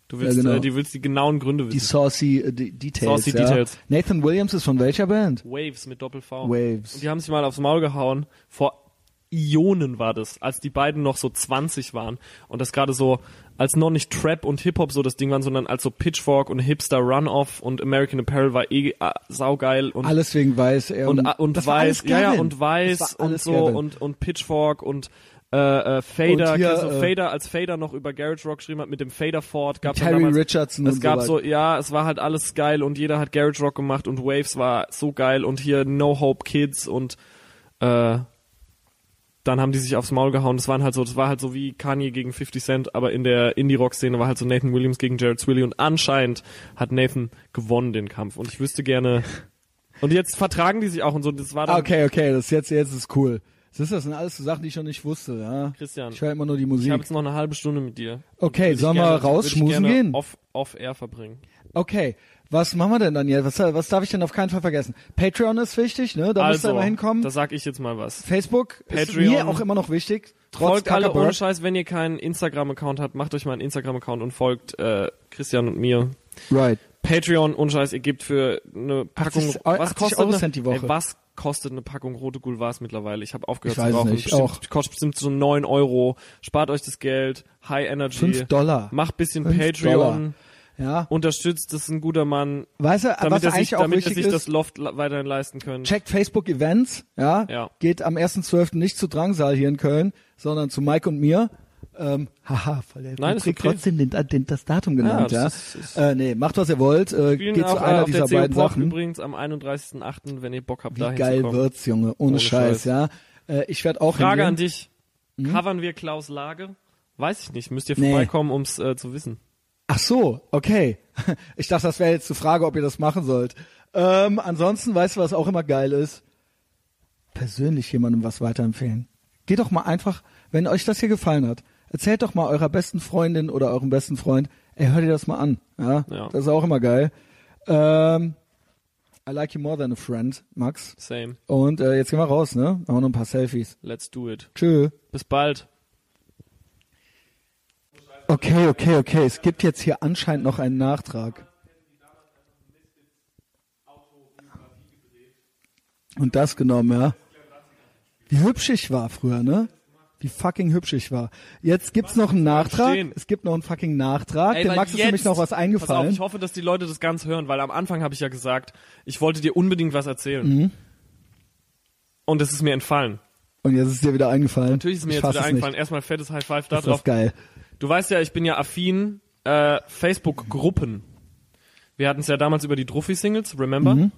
Du willst,
Ja, genau.
äh, du willst die genauen Gründe
Die
wissen.
saucy äh, die Details.
Saucy
ja.
Details.
Nathan Williams ist von welcher Band?
Waves mit Doppel-V.
Waves.
Und die haben sich mal aufs Maul gehauen. Vor Ionen war das, als die beiden noch so 20 waren. Und das gerade so, als noch nicht Trap und Hip-Hop so das Ding waren, sondern als so Pitchfork und Hipster Runoff und American Apparel war eh äh, saugeil. Und
Alles wegen Weiß. Er
und, und
das war alles
weiß, ja, ja,
Gavin.
und
Das
weiß
war
und
alles
so
Gavin.
und, und Pitchfork und äh, äh, Fader,
Und hier,
kennst du
äh,
Fader, als Fader noch über Garage Rock geschrieben hat mit dem Fader Ford, gab
Terry Richardson
es
und
gab
so
so, ja, es war halt alles geil und jeder hat Garage Rock gemacht und Waves war so geil und hier No Hope Kids und äh, dann haben die sich aufs Maul gehauen. Das waren halt so, das war halt so wie Kanye gegen 50 Cent, aber in der Indie-Rock-Szene war halt so Nathan Williams gegen Jared Swilly und anscheinend hat Nathan gewonnen den Kampf. Und ich wüsste gerne. Und jetzt vertragen die sich auch und so. Das war dann
Ah, Okay, okay, das ist jetzt, jetzt ist cool. Das ist das sind alles so Sachen, die ich noch nicht wusste, ja.
Christian.
Ich höre immer nur die
Ich
Musik.
habe jetzt noch eine halbe Stunde mit dir.
Okay,
Würde ich
sollen wir
gerne- würde ich
rausschmusen
gerne
gehen?
Off, off air verbringen.
Okay. Was machen wir denn dann jetzt? Was, was darf ich denn auf keinen Fall vergessen? Patreon ist wichtig, ne? Da müsst ihr
also,
immer hinkommen.
da sag ich jetzt mal was.
Facebook ist
Patreon.
mir auch immer noch wichtig. Trotz
folgt alle
Zuckerberg.
ohne Scheiß, wenn ihr keinen Instagram-Account habt, macht euch mal einen Instagram-Account und folgt äh, Christian und mir.
Right.
Patreon, ohne Scheiß, ihr gebt für eine Packung...
80 Euro- 80 Euro Cent die Woche.
Ey, was kostet eine Packung rote Gouloirs mittlerweile? Ich habe aufgehört
Ich weiß
zu rauchen.
nicht,
bestimmt,
auch.
Kostet bestimmt so 9 Euro. Spart euch das Geld. High Energy.
Fünf Dollar.
Macht bisschen
Fünf
Patreon.
Ja.
Unterstützt, das ist ein guter Mann.
Weißt du,
Damit
was
er
eigentlich
sich,
auch
damit er
wichtig
sich
ist?
das Loft la- weiterhin leisten können.
Checkt Facebook Events, ja.
Ja.
Geht am 1.12. nicht zu Drangsal hier in Köln, sondern zu Mike und mir. Ähm, haha, voll der
Nein, ist
kriegt
okay.
trotzdem den, den, das Datum genannt,
Ja,
ja.
das ist-
äh, nee, macht was ihr wollt, äh,
Spielen
geht
auch,
zu
äh,
einer
auf
dieser
der
beiden
CO Pop
Sachen.
übrigens am 31.8., wenn ihr Bock habt,
Wie
dahin zu
geil
kommen.
wird's, Junge, ohne,
Ohne
Scheiß,
Scheiß.
ja. Äh, ich werde auch
Frage
hingehen.
an dich. Covern wir Klaus Lage? Weiß ich nicht. Müsst ihr
Hm? Nee.
vorbeikommen, ums äh, zu wissen.
Ach so, okay. Ich dachte, das wäre jetzt die Frage, ob ihr das machen sollt. Ähm, ansonsten, weißt du, was auch immer geil ist? Persönlich jemandem was weiterempfehlen. Geht doch mal einfach, wenn euch das hier gefallen hat, erzählt doch mal eurer besten Freundin oder eurem besten Freund, ey, hört ihr das mal an. Ja,
Ja.
das ist auch immer geil. Ähm, I like you more than a friend, Max.
Same.
Und äh, jetzt gehen wir raus, ne? Machen wir noch ein paar Selfies.
Let's do it.
Tschö.
Bis bald.
Okay, okay, okay. Es gibt jetzt hier anscheinend noch einen Nachtrag. Und das genommen, ja. Wie hübsch ich war früher, ne? Wie fucking hübsch ich war. Jetzt gibt's noch einen Nachtrag.
stehen.
Es gibt noch einen fucking Nachtrag.
Ey,
Dem
weil
Max ist nämlich noch was
Pass auf,
eingefallen.
ich hoffe, dass die Leute das ganz hören, weil am Anfang habe ich ja gesagt, ich wollte dir unbedingt was erzählen.
Mhm.
Und es ist mir entfallen.
Und jetzt ist es dir wieder eingefallen.
Natürlich ist mir
ich
jetzt
fass
wieder
es
eingefallen.
Nicht.
Erstmal fettes High Five
Ist das
darauf.
geil.
Du weißt ja, ich bin ja affin äh, Facebook-Gruppen. Wir hatten es ja damals über die Druffi-Singles, remember? Ich
Mhm,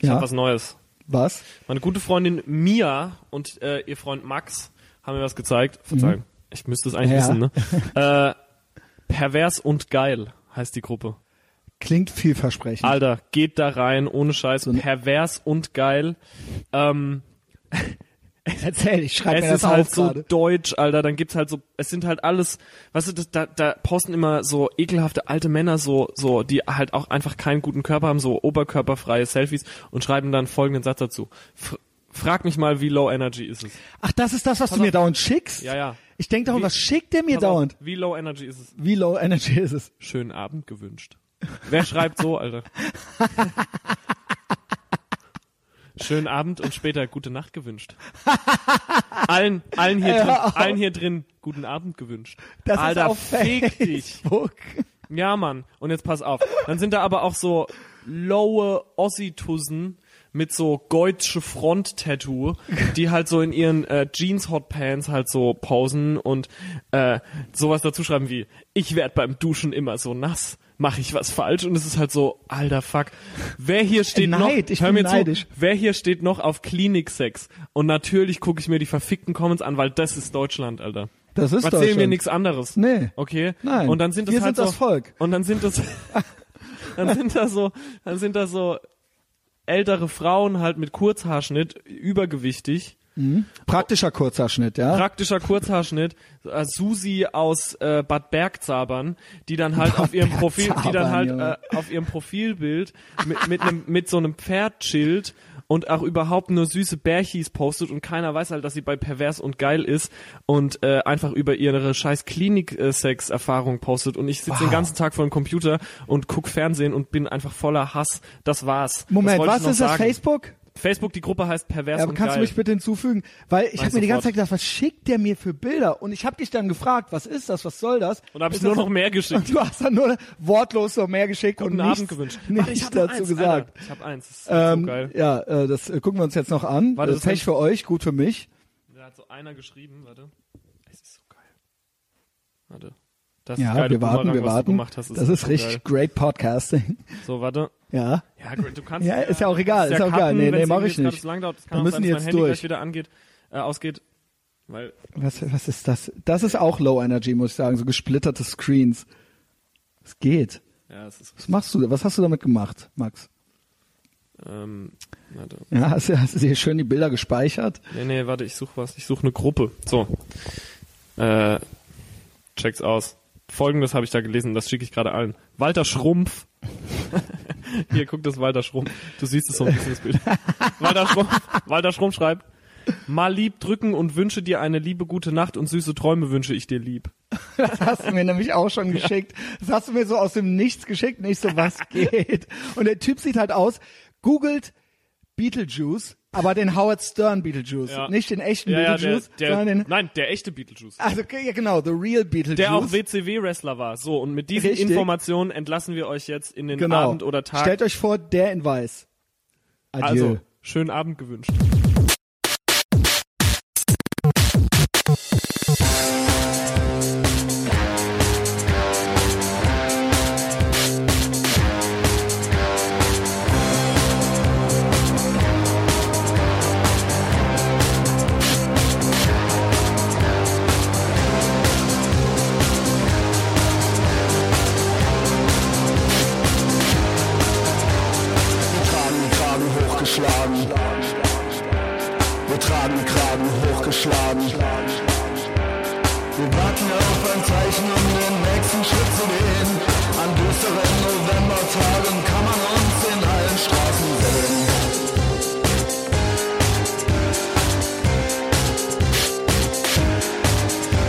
Ja.
hab was Neues.
Was?
Meine gute Freundin Mia und äh, ihr Freund Max haben mir was gezeigt. Verzeihung, ich müsste es eigentlich
Mhm. Ja.
wissen, ne? äh, Pervers und geil heißt die Gruppe.
Klingt vielversprechend.
Alter, geht da rein, ohne Scheiß. Pervers und geil. Ähm,
Erzähl, ich schreibe mir
es
das
ist halt
auf
so
gerade.
deutsch, Alter. Dann gibt's halt so, es sind halt alles, weißt du, das, da, da posten immer so ekelhafte alte Männer, so, so, die halt auch einfach keinen guten Körper haben, so oberkörperfreie Selfies und schreiben dann folgenden Satz dazu. F frag mich mal, wie low energy ist es?
Ach, das ist das, was du
auf.
mir dauernd schickst?
Ja, ja.
Ich denke darum,
Wie-
was schickt der mir
Pass auf,
dauernd?
Wie low energy ist es?
Wie low energy ist es?
Schönen Abend gewünscht. Wer schreibt so, Alter? Schönen Abend und später gute Nacht gewünscht. Allen, allen hier drin,
Hör auf.
allen hier drin guten Abend gewünscht.
Das
Alter,
ist auf
fick dich.
Facebook.
Ja, Mann. Und jetzt pass auf. Dann sind da aber auch so lowe Ossitussen mit so deutsche Front-Tattoo, die halt so in ihren äh, Jeans-Hotpants halt so posen und äh, sowas dazu schreiben wie, ich werd beim Duschen immer so nass. Mache ich was falsch? Und es ist halt so, alter Fuck. Wer hier steht
Neid,
noch?
ich
hör
bin
mir
neidisch.
zu. Wer hier steht noch auf Kliniksex? Und natürlich gucke ich mir die verfickten Comments an, weil das ist Deutschland, Alter.
Das ist
Erzähl mir
Deutschland.
nichts anderes.
Nee.
Okay.
Nein.
Und dann sind das
Wir
halt
sind das
so,
Volk.
Und dann sind das, dann sind da so, dann sind da so ältere Frauen halt mit Kurzhaarschnitt, übergewichtig,
Praktischer kurzer Schnitt, ja?
praktischer Kurzhaarschnitt, äh, Susi aus äh, Bad Bergzabern, die dann halt auf ihrem Profil, die dann
Bergzabern,
halt
Junge.
äh, auf ihrem Profilbild mit mit, einem, mit so einem Pferd chillt und auch überhaupt nur süße Bärchis postet und keiner weiß halt, dass sie bei pervers und geil ist und äh, einfach über ihre scheiß Klinik-Sex-Erfahrung postet und ich sitze den ganzen Tag vor dem Computer und guck Fernsehen und bin einfach voller Hass. Das war's. Das
Moment,
wollte ich
was
noch
ist das
sagen.
Facebook?
Facebook, die Gruppe heißt pervers
Ja, aber
und
kannst
geil.
du mich bitte hinzufügen? Weil ich
Mach
habe mir die ganze Zeit
sofort.
gedacht, was schickt der mir für Bilder? Und ich habe dich dann gefragt, was ist das, was soll das?
und habe ich
Ist
nur
das-
noch mehr geschickt.
Und du hast dann nur wortlos noch mehr geschickt und
guten
nichts,
Abend gewünscht.
nichts
Warte, ich hab noch
dazu
eins,
gesagt.
Alter. Ich habe eins. Das ist so
Ähm,
geil.
ja, äh, das äh, gucken wir uns jetzt noch an.
Warte,
äh,
das
Pech
hab-
für euch, gut für mich.
Da hat so einer geschrieben, warte. Es ist so geil. Warte. Das ist
Ja,
geile
wir warten,
Boomerang,
wir
was Du
warten.
gemacht hast,
das ist
so
richtig
Geil.
great Podcasting.
So, warte.
Ja.
Ja, gut, du kannst.
Ja, ist ja auch egal, ist ja auch egal. Nee, nee, mach ich nicht.
Das lang dauert. Das
Da
kann auch
müssen
sein,
die
dass mein
jetzt
Handy
durch.
gleich wieder angeht, äh, ausgeht. Weil,
Was, was ist das? Das ist auch Low Energy, muss ich sagen. So gesplitterte Screens. Es geht.
ja, es ist.
Was machst du? da? Was hast du damit gemacht, Max?
Ähm, warte.
Ja, hast, du- hast du dir schön die Bilder gespeichert?
Nee, nee, warte, ich suche was. Ich suche eine Gruppe. So. Äh, check's aus. Folgendes habe ich da gelesen, das schicke ich gerade allen. Walter Schrumpf. Hier, guck das Walter Schrumpf. Du siehst es so ein bisschen das Bild. Walter Schrumpf, Walter Schrumpf schreibt. Mal lieb drücken und wünsche dir eine liebe gute Nacht und süße Träume wünsche ich dir lieb.
Das hast du mir nämlich auch schon geschickt. Das hast du mir so aus dem Nichts geschickt, nicht so was geht. Und der Typ sieht halt aus, googelt Beetlejuice, aber den Howard Stern Beetlejuice.
Ja.
Nicht den echten
Ja, ja, der,
Beetlejuice,
der, Ah,
sondern den,
nein, der echte Beetlejuice.
also, ja genau, the real Beetlejuice.
Der auch WCW-Wrestler war. So, und mit diesen
Richtig.
Informationen entlassen wir euch jetzt in den
genau.
Abend oder Tag.
Stellt euch vor, der in weiß. Adieu.
Also, schönen Abend gewünscht.
Wir tragen Kragen hochgeschlagen. Wir tragen Kragen hochgeschlagen. Wir warten auf ein Zeichen, um den nächsten Schritt zu gehen. An düsteren Novembertagen kann man uns in allen Straßen sehen.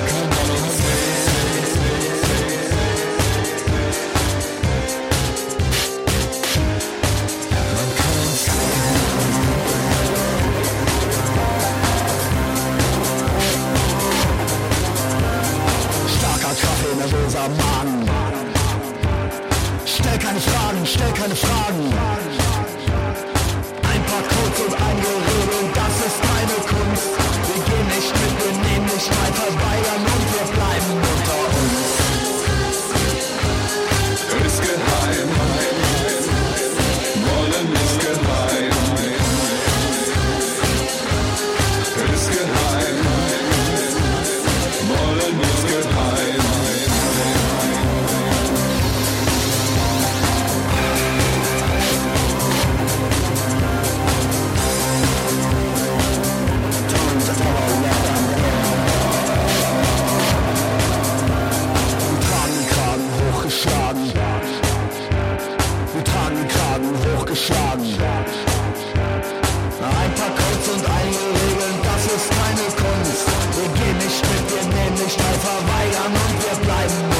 Kann man uns Starker Kaffee, nervöser Magen. Stell keine Fragen, stell keine Fragen. Ein paar Codes und Eingeredung, das ist deine Kunst. Wir gehen nicht mit, wir nehmen nicht weiter Bayern und wir bleiben unter uns.
ist geheim. Wollen ist geheim. Ist geheim. Wollen ist geheim.
nämlich steif verweigern und wir bleiben